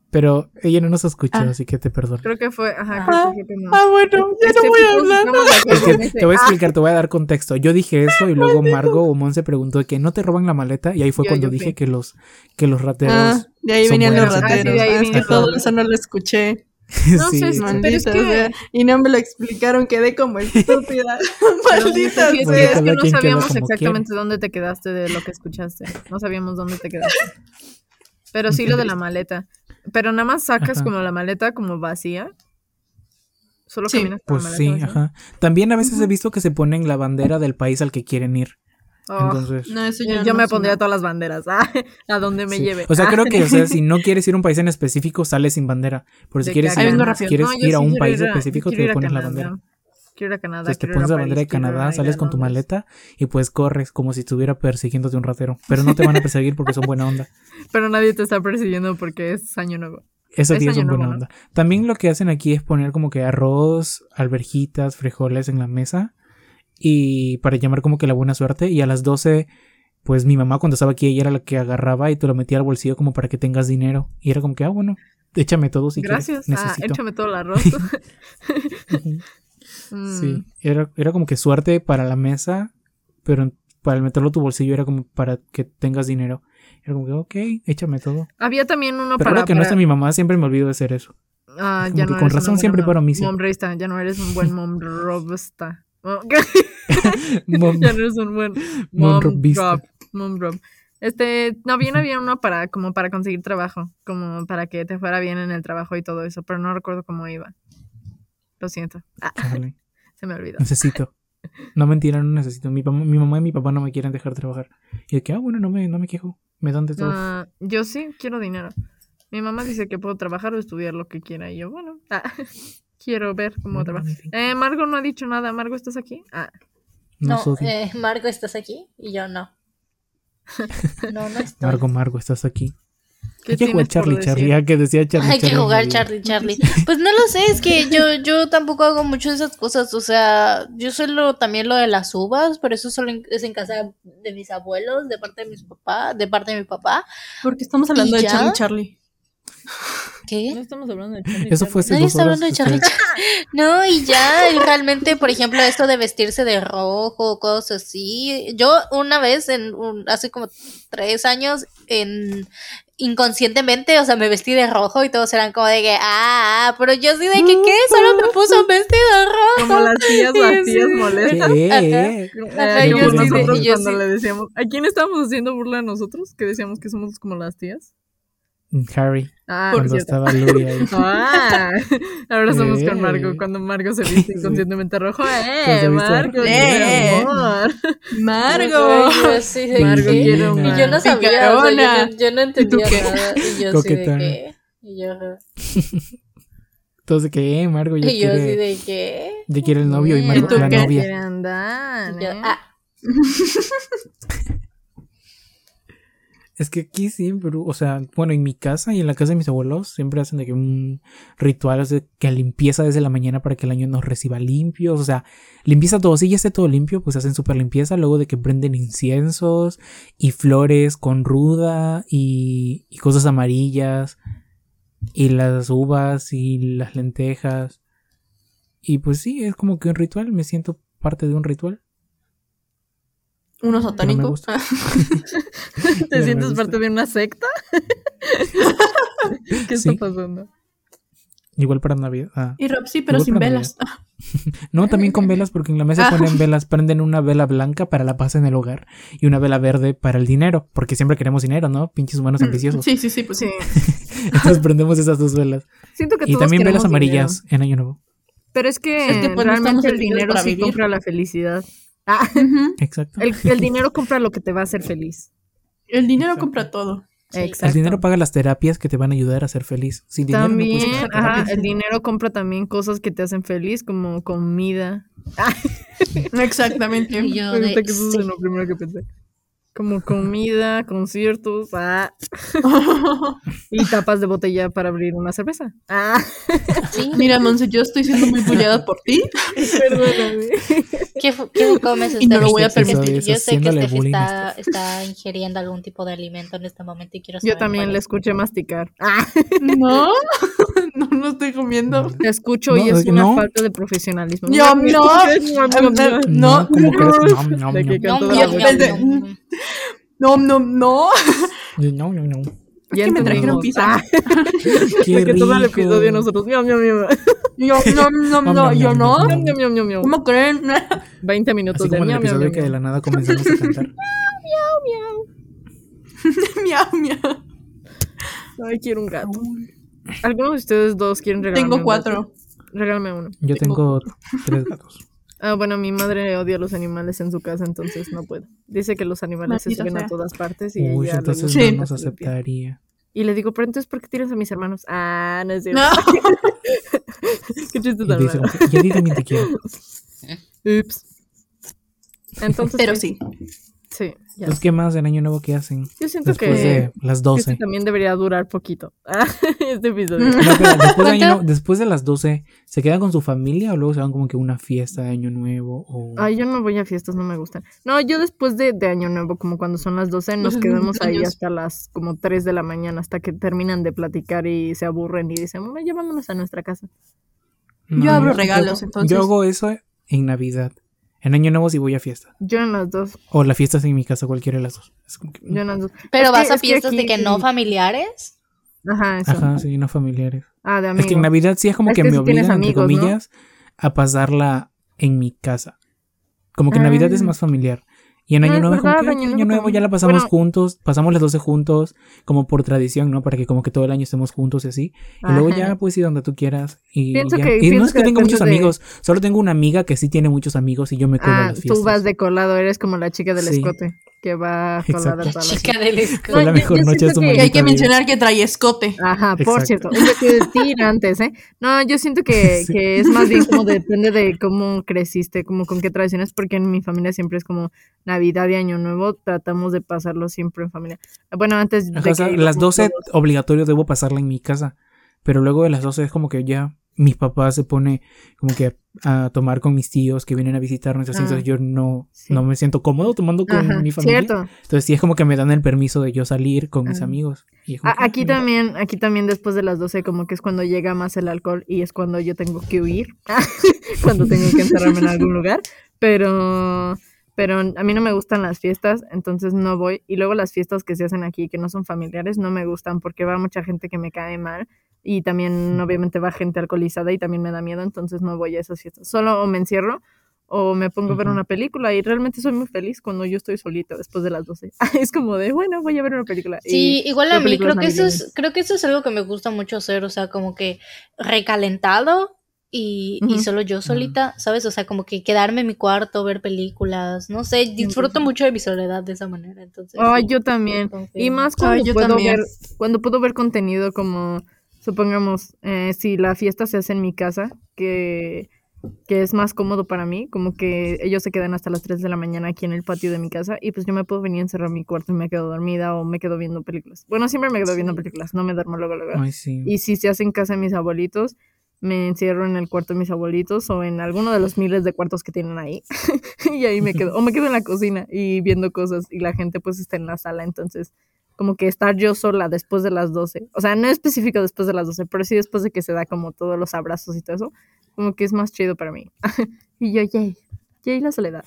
Speaker 2: Pero ella no nos escuchó,
Speaker 6: Ah.
Speaker 2: así que te perdono.
Speaker 5: Creo que fue. Ajá,
Speaker 6: Ah,
Speaker 5: creo que fue
Speaker 6: Ah, bueno, ya no voy a hablar.
Speaker 2: Es que te
Speaker 5: "Ah,
Speaker 2: voy a explicar, te voy a dar contexto. Yo dije eso y luego Margo o Mon se preguntó de que no te roban la maleta y ahí fue
Speaker 5: Ya,
Speaker 2: cuando
Speaker 5: yo
Speaker 2: dije
Speaker 5: fui.
Speaker 2: que los que los rateros
Speaker 6: Ah, de ahí
Speaker 2: son
Speaker 6: venían los
Speaker 2: buenos.
Speaker 5: Ah, sí, de
Speaker 6: rateros.
Speaker 5: ahí
Speaker 6: Ah, es que
Speaker 5: vinieron
Speaker 6: todo
Speaker 5: los
Speaker 6: eso no lo escuché.
Speaker 5: no
Speaker 2: sí,
Speaker 5: sé,
Speaker 2: sí.
Speaker 5: man. Pero es
Speaker 6: Maldita
Speaker 5: que-
Speaker 6: sea. Y no me lo explicaron, quedé como estúpida. Maldita
Speaker 5: Es
Speaker 2: Bueno,
Speaker 5: que, es que
Speaker 6: sea.
Speaker 2: cada
Speaker 5: no
Speaker 2: quien queda
Speaker 5: sabíamos
Speaker 2: como
Speaker 5: exactamente dónde te quedaste de lo que escuchaste. No sabíamos dónde te quedaste. Pero sí lo de la maleta. Pero nada más sacas
Speaker 2: Ajá.
Speaker 5: como la maleta como vacía. Solo
Speaker 6: Sí,
Speaker 5: caminas con
Speaker 2: Pues
Speaker 5: la maleta.
Speaker 2: sí,
Speaker 5: vacía.
Speaker 2: ajá. También a veces he visto que se ponen la bandera del país al que quieren ir.
Speaker 5: Oh,
Speaker 2: Entonces,
Speaker 6: No, eso
Speaker 5: yo,
Speaker 6: ya
Speaker 5: yo
Speaker 6: no
Speaker 5: me
Speaker 6: sé,
Speaker 5: pondría
Speaker 6: no.
Speaker 5: todas las banderas. ah, a donde me
Speaker 2: sí.
Speaker 5: lleve.
Speaker 2: O sea,
Speaker 5: Ah,
Speaker 2: creo que o sea, si no quieres ir a un país en específico, sales sin bandera. Pero si
Speaker 5: de
Speaker 2: quieres
Speaker 5: que
Speaker 6: Ahí
Speaker 2: ir,
Speaker 6: vengo
Speaker 5: Canadá.
Speaker 6: rápido.
Speaker 2: quieres
Speaker 5: No, yo
Speaker 2: ir a
Speaker 5: sí
Speaker 2: un
Speaker 5: quiero
Speaker 2: país
Speaker 5: ir a-
Speaker 2: específico,
Speaker 5: quiero
Speaker 2: te
Speaker 5: ir a
Speaker 2: pones la
Speaker 5: Canadá.
Speaker 2: bandera.
Speaker 5: Quiero ir a Canadá.
Speaker 2: Entonces te
Speaker 5: quiero ir a
Speaker 2: pones la bandera de
Speaker 5: París, quiero ir
Speaker 2: Canadá,
Speaker 5: a
Speaker 2: sales con tu
Speaker 5: Londres.
Speaker 2: maleta y pues corres como si estuviera persiguiéndote un ratero. Pero no te van a perseguir porque son buena onda.
Speaker 5: Pero nadie te está persiguiendo porque es año nuevo.
Speaker 2: Esos
Speaker 5: Es
Speaker 2: días son
Speaker 5: año
Speaker 2: buena
Speaker 5: nuevo, ¿no?
Speaker 2: onda. También lo que hacen aquí es poner como que arroz, alverjitas, frijoles en la mesa y para llamar como que la buena suerte. Y a las 12, pues mi mamá cuando estaba aquí, ella era la que agarraba y te lo metía al bolsillo como para que tengas dinero. Y era como que, ah, bueno, échame todo si
Speaker 5: Gracias.
Speaker 2: quieres.
Speaker 5: ah,
Speaker 2: Necesito.
Speaker 5: échame todo el arroz. Mm.
Speaker 2: Sí, era, era como que suerte para la mesa, pero en- para el meterlo a tu bolsillo era como para que tengas dinero. Era como que, ok, échame todo.
Speaker 5: Había también uno
Speaker 2: Pero
Speaker 5: para.
Speaker 2: ahora que no
Speaker 5: para-
Speaker 2: está mi mamá, siempre me olvido de hacer eso.
Speaker 5: Ah,
Speaker 2: Como
Speaker 5: ya
Speaker 2: que
Speaker 5: no
Speaker 2: con
Speaker 5: eres una
Speaker 2: razón
Speaker 5: buena
Speaker 2: siempre
Speaker 5: mom-
Speaker 2: paro misa.
Speaker 5: mombrista, ya no eres un buen momrobista. Mom-
Speaker 2: Mom-
Speaker 5: ya Oh, no eres un buen
Speaker 2: Momrobista.
Speaker 5: momrob. Momrob. Este, no, bien había uno para, como para conseguir trabajo, como para que te fuera bien en el trabajo y todo eso, pero no recuerdo cómo iba. Lo siento,
Speaker 2: Chale,
Speaker 5: se me olvidó.
Speaker 2: necesito. No mentira, no necesito. Mi, pam- mi mamá y mi papá no me quieren dejar trabajar. Y de que, ah, bueno, no me, no me quejo. Me dan de todo.
Speaker 5: Ah, yo sí quiero dinero. Mi mamá dice que puedo trabajar o estudiar lo que quiera. Y yo, bueno, ah, quiero ver cómo
Speaker 2: No,
Speaker 5: trabaja.
Speaker 2: no, sí.
Speaker 5: Eh, Margo no ha dicho nada. Margo, ¿estás aquí? Ah,
Speaker 4: No,
Speaker 2: Nos odia.
Speaker 4: eh, Marco, ¿estás aquí? Y yo no. No, no estoy.
Speaker 2: Margo, Margo, estás aquí.
Speaker 5: ¿qué
Speaker 2: Hay que jugar
Speaker 5: tienes por
Speaker 2: Charlie,
Speaker 5: decir?
Speaker 2: Charlie. Ah, que decía Charlie.
Speaker 4: Hay que
Speaker 2: Charlie,
Speaker 4: jugar
Speaker 2: Charlie.
Speaker 4: Charlie, Charlie. Pues no lo sé, es que yo, yo tampoco hago mucho de esas cosas. O sea, yo solo también lo de las uvas, pero eso solo en- es en casa de mis abuelos, de parte de mis papás, de parte de mi papá.
Speaker 6: Porque estamos
Speaker 4: ¿Y
Speaker 6: hablando de
Speaker 4: ya?
Speaker 6: Charlie Charlie.
Speaker 4: ¿Qué?
Speaker 3: No estamos hablando de Charlie.
Speaker 2: Eso fue hace
Speaker 4: Nadie
Speaker 2: dos
Speaker 4: está
Speaker 2: horas.
Speaker 4: hablando de Charlie
Speaker 2: este,
Speaker 4: Charlie. No, y ya, y realmente, por ejemplo, esto de vestirse de rojo, cosas así. Yo una vez, en un- hace como tres años, en inconscientemente, o sea, me vestí de rojo y todos eran como de que, ah, ah", pero yo sí de que, ¿qué? Solo me puso un vestido rojo.
Speaker 5: Como las tías, las tías molestas.
Speaker 2: ¿Qué?
Speaker 5: Eh,
Speaker 2: yo
Speaker 5: como
Speaker 2: sí de-
Speaker 5: nosotros
Speaker 4: yo
Speaker 5: cuando
Speaker 4: sí.
Speaker 5: le decíamos, ¿a quién estábamos haciendo burla a nosotros? Que decíamos que somos como las tías.
Speaker 2: eh". Harry,
Speaker 5: Ah,
Speaker 2: cuando
Speaker 5: cierto.
Speaker 2: estaba Louis ahí.
Speaker 5: Ah, ahora somos con Margo.
Speaker 2: Eh.
Speaker 5: Cuando Margo se viste
Speaker 2: Sí.
Speaker 5: inconscientemente rojo,
Speaker 2: Cuando se
Speaker 5: ¡eh!
Speaker 2: viste-
Speaker 5: Margo,
Speaker 6: ¡Eh!
Speaker 5: mi amor. Eh,
Speaker 6: Margo.
Speaker 4: Yo así de
Speaker 5: Margo
Speaker 4: que-
Speaker 5: quiere un
Speaker 4: Y yo no sabía, o sea, yo
Speaker 6: Picarona.
Speaker 4: no- yo, no entendía nada. Y yo así de
Speaker 2: Coquetona.
Speaker 4: que, y yo,
Speaker 2: Entonces, ¿qué? "Eh, Margo ya
Speaker 4: y yo así
Speaker 2: quiere,
Speaker 4: de "Mm, que...
Speaker 2: ya quiere el novio y
Speaker 4: ¿Y
Speaker 2: Margo
Speaker 6: tú
Speaker 2: la
Speaker 6: qué?
Speaker 2: novia.
Speaker 5: Quiere andar,
Speaker 4: Yo,
Speaker 5: ¿eh?
Speaker 4: ah,
Speaker 2: Es que aquí siempre, o sea, bueno, en mi casa y en la casa de mis abuelos siempre hacen de que un ritual, o sea, que limpieza desde la mañana para que el año nos reciba limpios, o sea, limpieza todo, si ya esté todo limpio, pues hacen súper limpieza, luego de que prenden inciensos y flores con ruda y, y cosas amarillas y las uvas y las lentejas. Y pues sí, es como que un ritual, me siento parte de un ritual.
Speaker 6: Uno
Speaker 2: pero me
Speaker 6: satánico.
Speaker 2: gusta. Ya
Speaker 5: ¿Te
Speaker 2: me
Speaker 5: sientes
Speaker 2: gusta.
Speaker 5: parte de una secta? ¿Qué
Speaker 2: Sí.
Speaker 5: está pasando?
Speaker 2: Igual para Navidad. ah.
Speaker 6: Y Rob sí, pero
Speaker 2: Igual
Speaker 6: sin
Speaker 2: para
Speaker 6: velas.
Speaker 2: No, también con velas, porque en la mesa
Speaker 6: Ah.
Speaker 2: ponen velas, prenden una vela blanca para la paz en el hogar y una vela verde para el dinero, porque siempre queremos dinero, ¿no? Pinches
Speaker 5: Mm.
Speaker 2: humanos ambiciosos.
Speaker 6: Sí, sí, sí, pues sí.
Speaker 2: Entonces prendemos esas dos velas.
Speaker 5: Siento que
Speaker 2: Y
Speaker 5: todos
Speaker 2: también
Speaker 5: queremos
Speaker 2: velas amarillas en Año Nuevo.
Speaker 5: dinero, Pero es que,
Speaker 6: Es que, pues, no estamos
Speaker 5: realmente el
Speaker 6: hechos
Speaker 5: dinero
Speaker 6: para
Speaker 5: sí
Speaker 6: vivir.
Speaker 5: compra la felicidad. Ah,
Speaker 6: Ujú.
Speaker 2: Exacto. El,
Speaker 5: el, el dinero compra lo que te va a hacer feliz.
Speaker 6: El dinero compra todo.
Speaker 5: Exacto.
Speaker 2: dinero paga las terapias que te van a ayudar a ser feliz. Sin dinero no puedes
Speaker 5: También,
Speaker 2: hacer
Speaker 5: ajá,
Speaker 2: terapias.
Speaker 5: el dinero compra también cosas que te hacen feliz, como comida.
Speaker 6: Exactamente.
Speaker 4: Y yo
Speaker 5: Me gusta
Speaker 4: de,
Speaker 5: que eso es
Speaker 4: "Sí".
Speaker 5: lo primero que pensé. Como comida, conciertos, ah, y tapas de botella para abrir una cerveza. Ah,
Speaker 4: Sí,
Speaker 6: Mira, Monse, yo estoy siendo muy bulleada por ti.
Speaker 5: perdóname.
Speaker 4: ¿Qué, fu- qué comes
Speaker 6: Y no lo
Speaker 4: Steph?
Speaker 6: voy a
Speaker 4: Este-
Speaker 2: permitir.
Speaker 4: Yo sé que
Speaker 2: Haciéndole
Speaker 4: Steph
Speaker 2: bullying a
Speaker 4: está, está ingiriendo algún tipo de alimento en este momento y quiero saber.
Speaker 5: Yo también
Speaker 4: cuál
Speaker 5: la
Speaker 4: es.
Speaker 5: escuché masticar. Ah,
Speaker 6: No, no, no estoy comiendo.
Speaker 5: la escucho y
Speaker 2: No,
Speaker 5: es
Speaker 2: oye,
Speaker 5: una
Speaker 2: no.
Speaker 5: falta de profesionalismo.
Speaker 6: Yo no.
Speaker 2: No,
Speaker 6: No,
Speaker 2: como crees. No, no,
Speaker 5: De que
Speaker 2: no.
Speaker 4: No, Mm,
Speaker 5: cantó
Speaker 4: no,
Speaker 5: la
Speaker 4: no,
Speaker 5: voz.
Speaker 6: pensé-
Speaker 4: no, no.
Speaker 6: No, no, no.
Speaker 2: No, no, no.
Speaker 5: Ya
Speaker 6: que me
Speaker 5: entendimos.
Speaker 6: trajeron pizza.
Speaker 5: Ah,
Speaker 2: Qué
Speaker 5: de que todo el
Speaker 2: rico.
Speaker 5: episodio nosotros. Miau, miau, miau.
Speaker 6: Yo no, no,
Speaker 2: Nom,
Speaker 6: no,
Speaker 2: nom,
Speaker 6: yo
Speaker 2: nom,
Speaker 6: no.
Speaker 2: nom, nom.
Speaker 5: Miau, miau, miau, miau.
Speaker 6: ¿Cómo creen?
Speaker 5: 20 minutos
Speaker 2: Así
Speaker 5: de
Speaker 2: como el
Speaker 5: miau, miau, miau,
Speaker 2: episodio que de
Speaker 5: miau.
Speaker 2: la nada comenzamos a cantar.
Speaker 6: Miau, miau.
Speaker 5: Ay, quiero un gato. ¿Alguno de ustedes dos quieren regalarme
Speaker 6: Tengo
Speaker 5: un gato?
Speaker 6: cuatro.
Speaker 5: Regálame uno.
Speaker 2: Yo tengo tres gatos.
Speaker 5: Ah, bueno, mi madre odia a los animales en su casa, entonces no puedo. Dice que los animales se
Speaker 6: Maldita
Speaker 5: suben
Speaker 6: sea.
Speaker 5: a todas partes y
Speaker 2: Uy,
Speaker 5: ella le
Speaker 2: entonces
Speaker 5: gusta
Speaker 6: Sí.
Speaker 2: no nos
Speaker 5: que se le pierda.
Speaker 2: aceptaría.
Speaker 5: Y le digo, pero entonces, ¿por qué tiras a mis hermanos? Ah, no es cierto.
Speaker 6: No.
Speaker 5: qué chiste
Speaker 2: Y
Speaker 5: tan
Speaker 2: dice,
Speaker 5: malo.
Speaker 2: como que, "Y a ti también te quiero.
Speaker 5: Ups. Entonces,
Speaker 6: Pero sí.
Speaker 5: sí, ya.
Speaker 2: Entonces, ¿qué más en Año Nuevo que hacen?
Speaker 5: Yo siento
Speaker 2: Después
Speaker 5: que
Speaker 2: de las
Speaker 5: que este
Speaker 2: 12.
Speaker 5: también debería durar poquito. Ah, este episodio.
Speaker 2: No, espera, después, de Año
Speaker 4: ¿Cuánto?
Speaker 2: Nuevo- después de las 12, ¿se quedan con su familia o luego se van como que a una fiesta de Año Nuevo? O...
Speaker 5: Ay, yo no voy a fiestas, no me gustan. No, yo después de, de Año Nuevo, como cuando son las 12, nos
Speaker 6: Los
Speaker 5: quedamos ahí
Speaker 6: cumpleaños.
Speaker 5: hasta las como 3 de la mañana, hasta que terminan de platicar y se aburren y dicen, bueno, ya vámonos a nuestra casa.
Speaker 2: No,
Speaker 6: yo abro
Speaker 2: sí
Speaker 6: regalos,
Speaker 2: hago-
Speaker 6: entonces.
Speaker 2: Yo hago eso en Navidad. En Año Nuevo sí voy a fiesta.
Speaker 5: Yo en las dos,
Speaker 2: O la fiesta es en mi casa, cualquiera de las dos. Es como que- mm,
Speaker 5: yo en las dos.
Speaker 4: Pero
Speaker 5: Es que-
Speaker 4: vas a
Speaker 5: es que
Speaker 4: fiestas de
Speaker 5: aquí-
Speaker 4: que no familiares.
Speaker 5: Ajá, eso.
Speaker 2: Ajá, sí, no familiares.
Speaker 5: Ah, de
Speaker 2: Es que en
Speaker 5: amigos.
Speaker 2: Navidad sí es como
Speaker 5: Es
Speaker 2: que,
Speaker 5: que
Speaker 2: me
Speaker 5: sí tienes
Speaker 2: obligan, entre
Speaker 5: amigos, ¿no?
Speaker 2: comillas, a pasarla en mi casa. Como que Navidad es
Speaker 5: Ah.
Speaker 2: más familiar. Y en
Speaker 5: No,
Speaker 2: Año
Speaker 5: es
Speaker 2: Nuevo, es como
Speaker 5: verdad,
Speaker 2: que,
Speaker 5: Año
Speaker 2: "Ok,
Speaker 5: Nuevo
Speaker 2: Año Nuevo ya la
Speaker 5: también".
Speaker 2: pasamos
Speaker 5: Bueno.
Speaker 2: juntos, pasamos las 12 juntos, como por tradición, ¿no? Para que como que todo el año estemos juntos y así. Y luego
Speaker 5: Ajá.
Speaker 2: ya puedes ir donde tú quieras. Y,
Speaker 5: Pienso
Speaker 2: ya.
Speaker 5: que-
Speaker 2: y no
Speaker 5: pienso
Speaker 2: es que,
Speaker 5: que
Speaker 2: tenga muchos
Speaker 5: depende de-
Speaker 2: amigos, solo tengo una amiga que sí tiene muchos amigos y yo me cuelo a
Speaker 5: Ah,
Speaker 2: las fiestas.
Speaker 5: tú vas de colado, eres como la chica del
Speaker 2: Sí.
Speaker 5: escote que va colada
Speaker 2: Exacto.
Speaker 5: a
Speaker 4: La
Speaker 5: todas las-
Speaker 4: chica del
Speaker 5: No,
Speaker 2: Fue
Speaker 4: escudo.
Speaker 2: la
Speaker 5: yo-
Speaker 2: mejor
Speaker 5: yo
Speaker 2: noche de
Speaker 5: siento
Speaker 2: su
Speaker 5: que-
Speaker 6: Y hay que
Speaker 2: maldita vida.
Speaker 6: mencionar que trae escote.
Speaker 5: Ajá, por cierto.
Speaker 2: Exacto.
Speaker 5: Yo te decir antes, ¿eh? No, yo siento que,
Speaker 2: Sí.
Speaker 5: que es más bien como depende de cómo creciste, como con qué tradiciones, porque en mi familia siempre es como Navidad y Año Nuevo, tratamos de pasarlo siempre en familia. Bueno, antes de
Speaker 2: Ajá, o sea,
Speaker 5: que
Speaker 2: las
Speaker 5: íbamos
Speaker 2: 12
Speaker 5: todos-
Speaker 2: obligatorio debo pasarla en mi casa. Pero luego de las 12 es como que ya mis papás se pone como que a tomar con mis tíos que vienen a visitarnos. Así,
Speaker 5: Ah,
Speaker 2: entonces yo no,
Speaker 5: sí.
Speaker 2: no me siento cómodo tomando con
Speaker 5: Ajá,
Speaker 2: mi familia.
Speaker 5: cierto.
Speaker 2: Entonces sí es como que me dan el permiso de yo salir con mis
Speaker 5: Ah.
Speaker 2: amigos. Y es como
Speaker 5: A-
Speaker 2: que,
Speaker 5: aquí
Speaker 2: "Ah, mira".
Speaker 5: también, aquí también después de las 12 como que es cuando llega más el alcohol y es cuando yo tengo que huir, cuando tengo que encerrarme en algún lugar, pero pero a mí no me gustan las fiestas, entonces no voy y luego las fiestas que se hacen aquí que no son familiares no me gustan porque va mucha gente que me cae mal y también obviamente va gente alcoholizada y también me da miedo, entonces no voy a esas fiestas. Solo o me encierro o me pongo a ver
Speaker 2: Ujú.
Speaker 5: una película y realmente soy muy feliz cuando yo estoy solita después de las 12. es como de, bueno, voy a ver una película. y-
Speaker 4: Sí, igual
Speaker 5: de
Speaker 4: a mí
Speaker 5: películas
Speaker 4: creo que eso es,
Speaker 5: navideñas.
Speaker 4: creo que eso es algo que me gusta mucho hacer, o sea, como que recalentado y, y
Speaker 5: Ujú.
Speaker 4: solo yo solita, ¿sabes? O sea, como que quedarme en mi cuarto, ver películas, no sé, disfruto mucho de mi soledad de esa manera, entonces.
Speaker 5: Ay,
Speaker 4: sí,
Speaker 5: yo también.
Speaker 4: como que-
Speaker 5: Y más
Speaker 6: Ay,
Speaker 5: cuando
Speaker 6: yo
Speaker 5: puedo
Speaker 6: también.
Speaker 5: ver, cuando puedo ver contenido como, supongamos, eh, si la fiesta se hace en mi casa, que, que es más cómodo para mí, como que ellos se quedan hasta las 3 de la mañana aquí en el patio de mi casa, y pues yo me puedo venir a encerrar a mi cuarto y me quedo dormida o me quedo viendo películas. Bueno, siempre me quedo viendo
Speaker 4: Sí.
Speaker 5: películas, no me duermo luego, luego.
Speaker 2: Ay, sí.
Speaker 5: Y si se hace en casa de mis abuelitos, me encierro en el cuarto de mis abuelitos o en alguno de los miles de cuartos que tienen ahí. y ahí me quedo. O me quedo en la cocina y viendo cosas. Y la gente pues está en la sala. Entonces, como que estar yo sola después de las 12. O sea, no específico después de las 12, pero sí después de que se da como todos los abrazos y todo eso. Como que es más chido para mí. y yo, yay. Yay la soledad.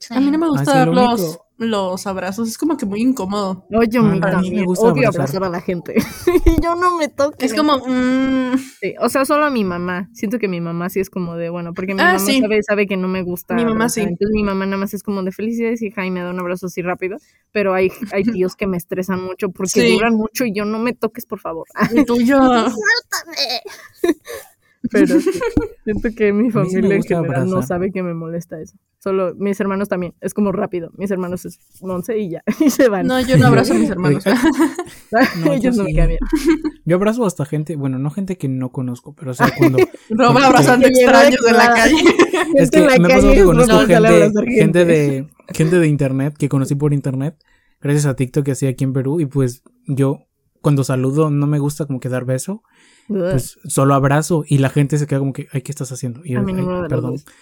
Speaker 4: Sí.
Speaker 6: A mí no me gusta
Speaker 2: sí,
Speaker 6: dar
Speaker 2: Ah, lo
Speaker 6: los,
Speaker 2: único-
Speaker 6: los abrazos, es como que muy incómodo.
Speaker 5: No, yo me,
Speaker 2: Ah, Para mí me
Speaker 5: también
Speaker 2: gusta
Speaker 5: odio
Speaker 2: abrazar.
Speaker 5: abrazar a la gente. yo no me toco.
Speaker 6: Es como, mm,
Speaker 5: Sí, o sea, solo a mi mamá. Siento que mi mamá sí es como de, bueno, porque mi
Speaker 6: Ah,
Speaker 5: mamá
Speaker 6: sí.
Speaker 5: sabe, sabe que no me gusta.
Speaker 6: Mi mamá
Speaker 5: abrazar.
Speaker 6: sí.
Speaker 5: Entonces mi mamá nada más es como de felicidades, hija, y me da un abrazo así rápido. Pero hay, hay tíos que me estresan mucho porque
Speaker 6: Sí.
Speaker 5: duran mucho y yo no me toques, por favor. Ah,
Speaker 6: el tuyo.
Speaker 5: Pero sí, siento que mi
Speaker 2: me
Speaker 5: familia en
Speaker 2: gusta
Speaker 5: general no
Speaker 2: abrazar.
Speaker 5: sabe que me molesta eso. Solo mis hermanos también. Es como rápido. Mis hermanos es once y ya. Y se van.
Speaker 6: No, yo no abrazo a mis hermanos.
Speaker 2: no,
Speaker 5: Ellos
Speaker 2: yo
Speaker 5: no me
Speaker 2: sí.
Speaker 5: caen bien.
Speaker 2: Yo abrazo hasta gente, bueno, no gente que no conozco, pero o sea, cuando
Speaker 6: Roba
Speaker 2: Porque-
Speaker 6: abrazando
Speaker 5: Que llegó de
Speaker 6: extraños en la
Speaker 5: colada.
Speaker 6: calle.
Speaker 2: es
Speaker 5: Gente
Speaker 2: que
Speaker 5: en la
Speaker 2: me ha pasado
Speaker 5: calle
Speaker 2: que
Speaker 5: es
Speaker 2: conozco
Speaker 5: normal
Speaker 2: gente,
Speaker 5: abrazar
Speaker 2: gente de gente de internet que conocí por internet gracias a TikTok que hacía aquí en Perú y pues yo cuando saludo no me gusta como que dar beso, pues solo abrazo y la gente se queda como que, ay, ¿qué estás haciendo? Y yo,
Speaker 5: A mí
Speaker 2: "Ay,
Speaker 5: ninguno de los
Speaker 2: perdón.
Speaker 5: dos. Ay,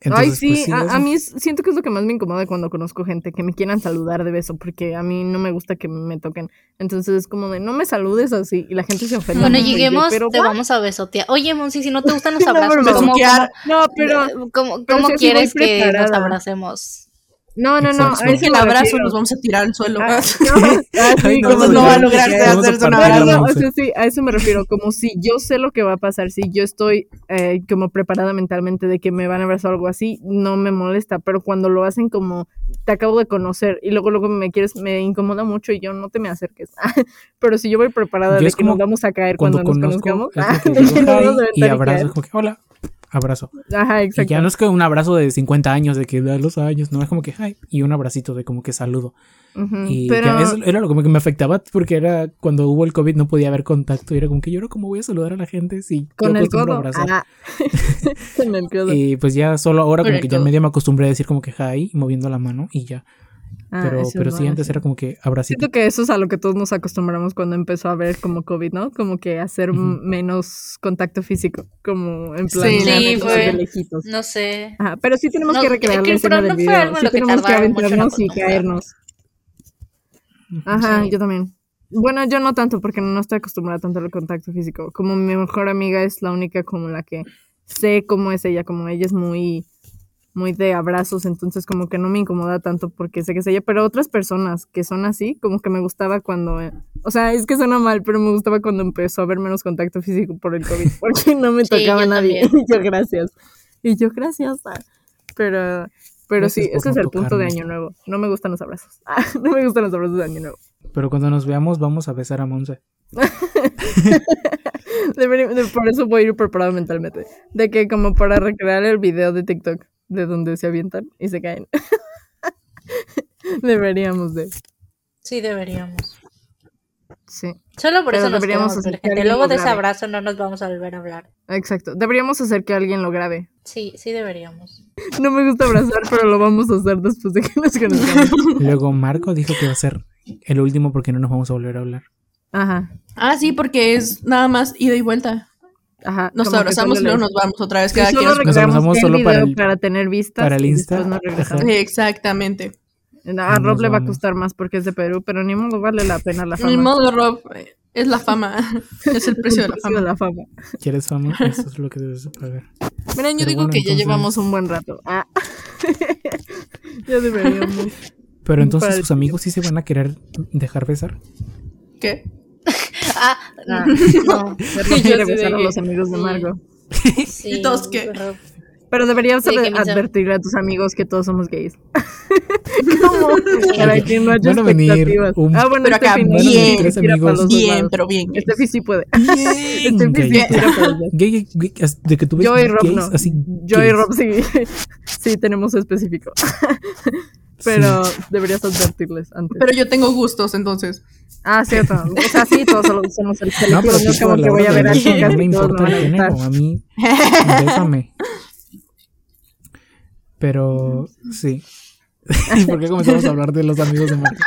Speaker 2: Entonces,
Speaker 5: sí,
Speaker 2: pues,
Speaker 5: a,
Speaker 2: eso.
Speaker 5: a mí es- siento que es lo que más me incomoda cuando conozco gente, que me quieran saludar de beso, porque a mí no me gusta que me toquen. Entonces es como de, no me saludes así, y la gente se ofende.
Speaker 4: Cuando
Speaker 5: mucho, y yo,
Speaker 4: lleguemos,
Speaker 5: pero,
Speaker 4: te
Speaker 5: ¿what?
Speaker 4: vamos a besotear. Oye, Monsi, si no te gustan los
Speaker 5: No,
Speaker 4: abrazos,
Speaker 6: Pues,
Speaker 5: pero
Speaker 4: ¿cómo,
Speaker 6: besuquear.
Speaker 5: No, pero,
Speaker 4: cómo- cómo-
Speaker 5: pero
Speaker 4: cómo
Speaker 5: sí, así voy
Speaker 4: quieres que nos
Speaker 5: preparada.
Speaker 4: abracemos?
Speaker 5: no, no, no,
Speaker 2: Exacto.
Speaker 5: a
Speaker 6: Es
Speaker 5: eso
Speaker 6: el
Speaker 5: me
Speaker 6: abrazo,
Speaker 5: refiero.
Speaker 6: nos vamos a tirar al suelo.
Speaker 5: Ah, no, ah, sí,
Speaker 2: Ay,
Speaker 5: como
Speaker 6: Entonces no
Speaker 5: de-
Speaker 6: va a lograrse
Speaker 2: Vamos a
Speaker 6: hacerse un
Speaker 2: partir la
Speaker 5: No, no,
Speaker 6: abrazo.
Speaker 5: o
Speaker 2: Monse.
Speaker 5: sea, sí, a eso me refiero, como si yo sé lo que va a pasar, si yo estoy eh, como preparada mentalmente de que me van a abrazar o algo así, no me molesta, pero cuando lo hacen como te acabo de conocer y luego luego me quieres, me incomoda mucho y yo no te me acerques. pero si yo voy preparada
Speaker 2: Yo
Speaker 5: de
Speaker 2: es
Speaker 5: que nos
Speaker 2: como
Speaker 5: vamos a caer cuando,
Speaker 2: cuando
Speaker 5: nos
Speaker 2: conozco,
Speaker 5: conozcamos,
Speaker 2: es como que
Speaker 5: de que nos
Speaker 2: digo,
Speaker 5: vamos a
Speaker 2: "Hi", y
Speaker 5: aventar y
Speaker 2: abrazo, es como que, hola, abrazo.
Speaker 5: caer. Ajá,
Speaker 2: Y
Speaker 5: exacto.
Speaker 2: ya no es que un abrazo de 50 años, de que da los años, no, es como que, hi, y un abracito de como que saludo.
Speaker 5: Ujú,
Speaker 2: Y
Speaker 5: pero
Speaker 2: ya eso era lo como que me afectaba porque era cuando hubo el COVID no podía haber contacto. Y era como que yo ahora cómo voy a saludar a la gente si
Speaker 5: con
Speaker 2: yo
Speaker 5: el
Speaker 2: acostumbro a
Speaker 5: codo.
Speaker 2: abrazar.
Speaker 5: ah, con el codo.
Speaker 2: Y pues ya solo ahora
Speaker 6: Con
Speaker 2: como
Speaker 6: el
Speaker 2: que ya
Speaker 6: codo.
Speaker 2: medio me acostumbré a decir como que hi, moviendo la mano y ya.
Speaker 5: Ah,
Speaker 2: pero
Speaker 5: eso es
Speaker 2: pero sí,
Speaker 5: bueno,
Speaker 2: antes
Speaker 5: sí.
Speaker 2: era como que abracito.
Speaker 5: Siento que eso es a lo que todos nos acostumbramos cuando empezó a haber como COVID, ¿no? Como que hacer
Speaker 2: Ujú.
Speaker 5: m- menos contacto físico, como en plan
Speaker 6: Sí,
Speaker 5: ya
Speaker 4: sí,
Speaker 5: como
Speaker 4: fue-
Speaker 5: de lejitos.
Speaker 4: No sé.
Speaker 5: Ajá, pero sí tenemos
Speaker 4: No,
Speaker 5: que recrear
Speaker 4: es
Speaker 5: la
Speaker 4: que-
Speaker 5: escena
Speaker 4: pero
Speaker 5: del
Speaker 4: no fue
Speaker 5: video.
Speaker 4: algo en
Speaker 5: sí
Speaker 4: lo que
Speaker 5: tenemos que
Speaker 4: tardaron mucho en
Speaker 5: aventarnos y
Speaker 4: acostumbrarnos.
Speaker 5: caernos. Ajá,
Speaker 4: Sí.
Speaker 5: yo también. Bueno, yo no tanto porque no estoy acostumbrada tanto al contacto físico. Como mi mejor amiga es la única como la que sé cómo es ella, como ella es muy muy de abrazos, entonces como que no me incomoda tanto porque sé que es ella, pero otras personas que son así, como que me gustaba cuando, eh, o sea, es que suena mal, pero me gustaba cuando empezó a haber menos contacto físico por el COVID, porque no me
Speaker 4: Sí,
Speaker 5: tocaba
Speaker 4: yo
Speaker 5: nadie. Y yo gracias. Y yo gracias. ah. Pero Pero
Speaker 2: Gracias
Speaker 5: sí,
Speaker 2: por
Speaker 5: ese es
Speaker 2: no
Speaker 5: el punto de
Speaker 2: tocarnos.
Speaker 5: Año Nuevo. No me gustan los abrazos. Ah, no me gustan los abrazos de Año Nuevo.
Speaker 2: Pero cuando nos veamos, vamos a besar a Monza.
Speaker 5: Debería- de- por eso voy a ir preparado mentalmente. De que como para recrear el video de TikTok de donde se avientan y se caen. Deberíamos de.
Speaker 4: Sí, deberíamos.
Speaker 5: Sí,
Speaker 4: Solo por
Speaker 5: Pero
Speaker 4: eso nos
Speaker 5: deberíamos
Speaker 4: queremos ver,
Speaker 5: hacer que
Speaker 4: gente.
Speaker 5: alguien
Speaker 4: Luego
Speaker 5: lo
Speaker 4: de ese
Speaker 5: grabe.
Speaker 4: abrazo no nos vamos a volver a hablar.
Speaker 5: exacto. Deberíamos hacer que alguien lo grabe.
Speaker 4: Sí, sí deberíamos.
Speaker 5: No me gusta abrazar, pero lo vamos a hacer después de que nos conozcamos.
Speaker 2: Luego Marco dijo que va a ser el último porque no nos vamos a volver a hablar.
Speaker 5: Ajá.
Speaker 6: Ah, sí, porque es nada más ida y vuelta.
Speaker 5: Ajá.
Speaker 6: Nos
Speaker 5: como que
Speaker 6: abrazamos y
Speaker 5: solo
Speaker 6: luego
Speaker 5: les-
Speaker 6: nos vamos otra vez
Speaker 5: Sí,
Speaker 6: cada quien.
Speaker 5: solo
Speaker 6: a su-
Speaker 2: Nos
Speaker 5: recreamos
Speaker 2: abrazamos
Speaker 5: el
Speaker 2: solo
Speaker 5: video
Speaker 2: para
Speaker 5: para,
Speaker 2: el-
Speaker 5: tener vistas.
Speaker 2: para el
Speaker 5: y
Speaker 2: Insta.
Speaker 5: después nos regresamos.
Speaker 2: Ajá.
Speaker 6: Sí, Exactamente.
Speaker 5: A
Speaker 2: Nos
Speaker 5: Rob le va a
Speaker 2: vamos.
Speaker 5: costar más porque es de Perú, pero ni modo vale la pena la fama.
Speaker 6: El modo Rob eh, es la fama. Es el precio de la fama.
Speaker 5: fama.
Speaker 2: ¿Quieres fama? Eso es lo que debes de pagar.
Speaker 5: Miren, yo
Speaker 2: Pero
Speaker 5: digo
Speaker 2: bueno,
Speaker 5: que
Speaker 2: entonces-
Speaker 5: ya llevamos un buen rato. Ah. ya deberíamos.
Speaker 2: Pero entonces
Speaker 5: Para-
Speaker 2: sus amigos sí se van a querer dejar besar.
Speaker 6: ¿Qué?
Speaker 4: Ah,
Speaker 5: Ah, no, Rob quiere
Speaker 1: sí
Speaker 5: besar a
Speaker 1: de-
Speaker 5: los amigos de
Speaker 4: sí.
Speaker 5: Margo.
Speaker 4: sí.
Speaker 6: ¿Y todos qué?
Speaker 4: pero-
Speaker 5: Pero deberías
Speaker 4: Sí, que
Speaker 5: saber-
Speaker 4: mis am-
Speaker 5: advertirle a tus amigos que todos somos gays. ¿Cómo? Para
Speaker 2: Oye,
Speaker 5: que no haya
Speaker 2: van a venir
Speaker 5: expectativas.
Speaker 2: un-
Speaker 5: Ah, bueno,
Speaker 6: Pero acá
Speaker 5: Steffi no,
Speaker 6: bien,
Speaker 5: tiene que
Speaker 2: tres
Speaker 5: ir a
Speaker 2: amigos.
Speaker 5: palos de
Speaker 6: Bien,
Speaker 5: lado.
Speaker 6: pero bien.
Speaker 5: Steffi Este sí puede.
Speaker 2: Bien,
Speaker 5: Steffi
Speaker 2: gay.
Speaker 5: sí tira para allá.
Speaker 2: Gay, gay, gay, as- de que tú ves
Speaker 5: Yo y Rob
Speaker 2: gays
Speaker 5: no.
Speaker 2: así.
Speaker 5: Yo y
Speaker 2: gays.
Speaker 5: Rob sí. sí, tenemos específico.
Speaker 2: Sí.
Speaker 5: Pero deberías advertirles antes.
Speaker 6: Pero yo tengo gustos, entonces.
Speaker 5: Ah, cierto. O sea, sí, todos solo somos el
Speaker 2: No, pero
Speaker 5: colectivo, no es
Speaker 2: tipo, a
Speaker 5: como
Speaker 2: la
Speaker 5: que voy
Speaker 2: hora
Speaker 5: a
Speaker 2: del
Speaker 5: ver a
Speaker 2: beso
Speaker 5: chicas
Speaker 2: no me
Speaker 5: y todos
Speaker 2: importa
Speaker 5: me van a
Speaker 2: el género,
Speaker 5: gustar.
Speaker 2: a mí déjame. Pero sí. ¿Y por qué comenzamos a hablar de los amigos de Marco?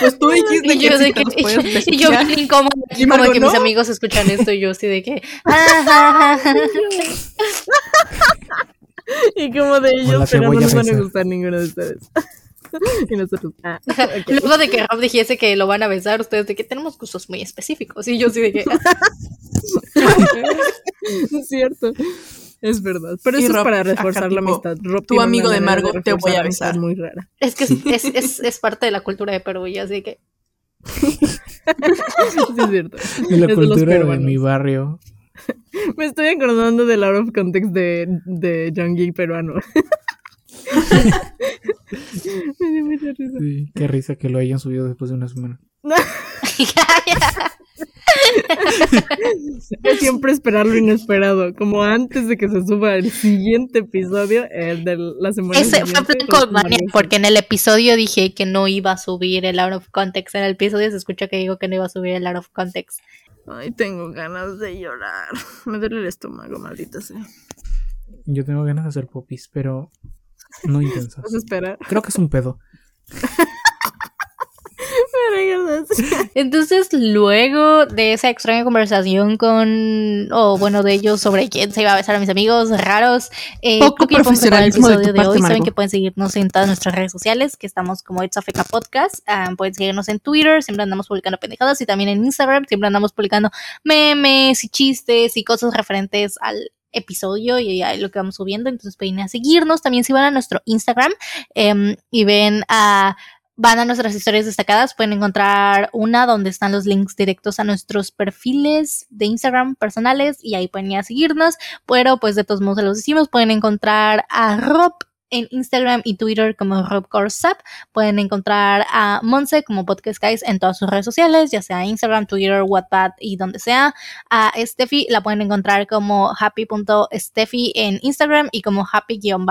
Speaker 6: Pues tú dijiste
Speaker 4: Y yo,
Speaker 6: que,
Speaker 4: de
Speaker 6: sí
Speaker 4: que,
Speaker 6: te los
Speaker 4: y yo,
Speaker 6: puedes
Speaker 4: y yo
Speaker 6: besuquear.
Speaker 4: bien incómoda, así
Speaker 6: Y
Speaker 4: como
Speaker 6: Margo,
Speaker 4: que mis
Speaker 6: ¿no?
Speaker 4: amigos escuchan esto y yo así de que... ah, ah, ah.
Speaker 5: Y como de
Speaker 2: la
Speaker 5: ellos, pero no
Speaker 2: cebolla
Speaker 5: nos van a
Speaker 2: fresa.
Speaker 5: gustar ninguno de ustedes. y nosotros, ah, ok.
Speaker 4: Luego de que Rob dijese que lo van a besar, ustedes de que tenemos gustos muy específicos. Y yo sí de que... ah,
Speaker 5: es cierto. Es verdad. Pero
Speaker 6: Y
Speaker 5: eso
Speaker 6: Rob,
Speaker 5: es para
Speaker 6: acá,
Speaker 5: reforzar la
Speaker 6: tipo,
Speaker 5: amistad. Rob
Speaker 6: tu
Speaker 5: tiene una
Speaker 6: amigo de
Speaker 5: manera
Speaker 6: Margot te
Speaker 5: reforzar
Speaker 6: voy a
Speaker 5: la amistad
Speaker 6: besar.
Speaker 5: Muy rara.
Speaker 4: Es que es, es, es- es parte de la cultura de Perú, y yo así de que...
Speaker 5: Sí, es cierto.
Speaker 2: De
Speaker 5: Es de
Speaker 2: la
Speaker 5: los
Speaker 2: cultura de,
Speaker 5: peruanos.
Speaker 2: mi barrio.
Speaker 5: Me estoy acordando del out of context de, de Jungkook peruano. Me dio mucha risa.
Speaker 2: Sí, qué risa que lo hayan subido después de una semana.
Speaker 5: Es siempre esperar lo inesperado, como antes de que se suba el siguiente episodio, el de la semana
Speaker 4: Ese fue
Speaker 5: siguiente,
Speaker 4: plan
Speaker 5: pues,
Speaker 4: con Vania,
Speaker 5: maravilloso.
Speaker 4: porque en el episodio dije que no iba a subir el out of context. En el episodio se escucha que digo que no iba a subir el out of context.
Speaker 5: Ay, tengo ganas de llorar. Me duele el estómago, maldita sea.
Speaker 2: Yo tengo ganas de hacer popis, pero no intensas.
Speaker 5: Vas a esperar.
Speaker 2: Creo que es un pedo.
Speaker 5: Me regalas.
Speaker 4: Entonces, luego de esa extraña conversación con, o bueno, de ellos sobre quién se iba a besar a mis amigos raros, eh,
Speaker 6: Poco
Speaker 4: creo que ya podemos acabar el
Speaker 6: profesionalismo de tu
Speaker 4: episodio de,
Speaker 6: parte,
Speaker 4: hoy. Saben
Speaker 6: Margo.
Speaker 4: que pueden seguirnos en todas nuestras redes sociales, que estamos como It's Afeca Podcast. Ah, pueden seguirnos en Twitter, siempre andamos publicando pendejadas, y también en Instagram, siempre andamos publicando memes y chistes y cosas referentes al episodio y a lo que vamos subiendo. Entonces, pueden ir a seguirnos. También si van a nuestro Instagram em, y ven a van a nuestras historias destacadas, pueden encontrar una donde están los links directos a nuestros perfiles de Instagram personales y ahí pueden ir a seguirnos, pero pues de todos modos se los decimos, pueden encontrar a Rob en Instagram y Twitter como Rob Corsap, pueden encontrar a Monse como Podcast Guys en todas sus redes sociales, ya sea Instagram, Twitter, WhatsApp y donde sea, a Steffi la pueden encontrar como happy.steffi en Instagram y como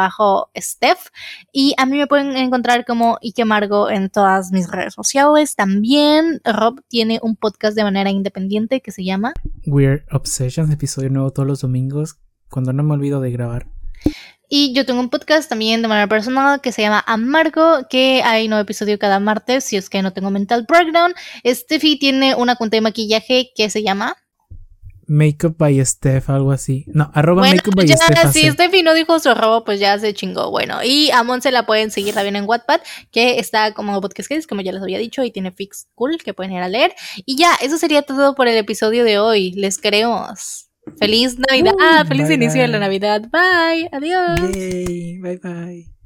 Speaker 4: happy-steph y a mí me pueden encontrar como Ike Margo en todas mis redes sociales. También Rob tiene un podcast de manera independiente que se llama
Speaker 2: Weird Obsessions, episodio nuevo todos los domingos, cuando no me olvido de grabar.
Speaker 4: Y yo tengo un podcast también de manera personal que se llama Amargo, que hay nuevo episodio cada martes, si es que no tengo mental breakdown. Steffi tiene una cuenta de maquillaje que se llama...
Speaker 2: Makeup by Steph, algo así. No, arroba Makeup by
Speaker 4: ya,
Speaker 2: Steph. AC.
Speaker 4: si Steffi no dijo su arroba, pues ya se chingó. Bueno, y a Monse la pueden seguir también en Wattpad, que está como podcast Kids, como ya les había dicho, y tiene fix cool que pueden ir a leer. Y ya, eso sería todo por el episodio de hoy. Les queremos. Feliz Navidad.
Speaker 2: Uh,
Speaker 4: ah, feliz
Speaker 2: bye,
Speaker 4: inicio de la
Speaker 2: bye.
Speaker 4: Navidad. Bye. Adiós.
Speaker 2: Yay, bye bye.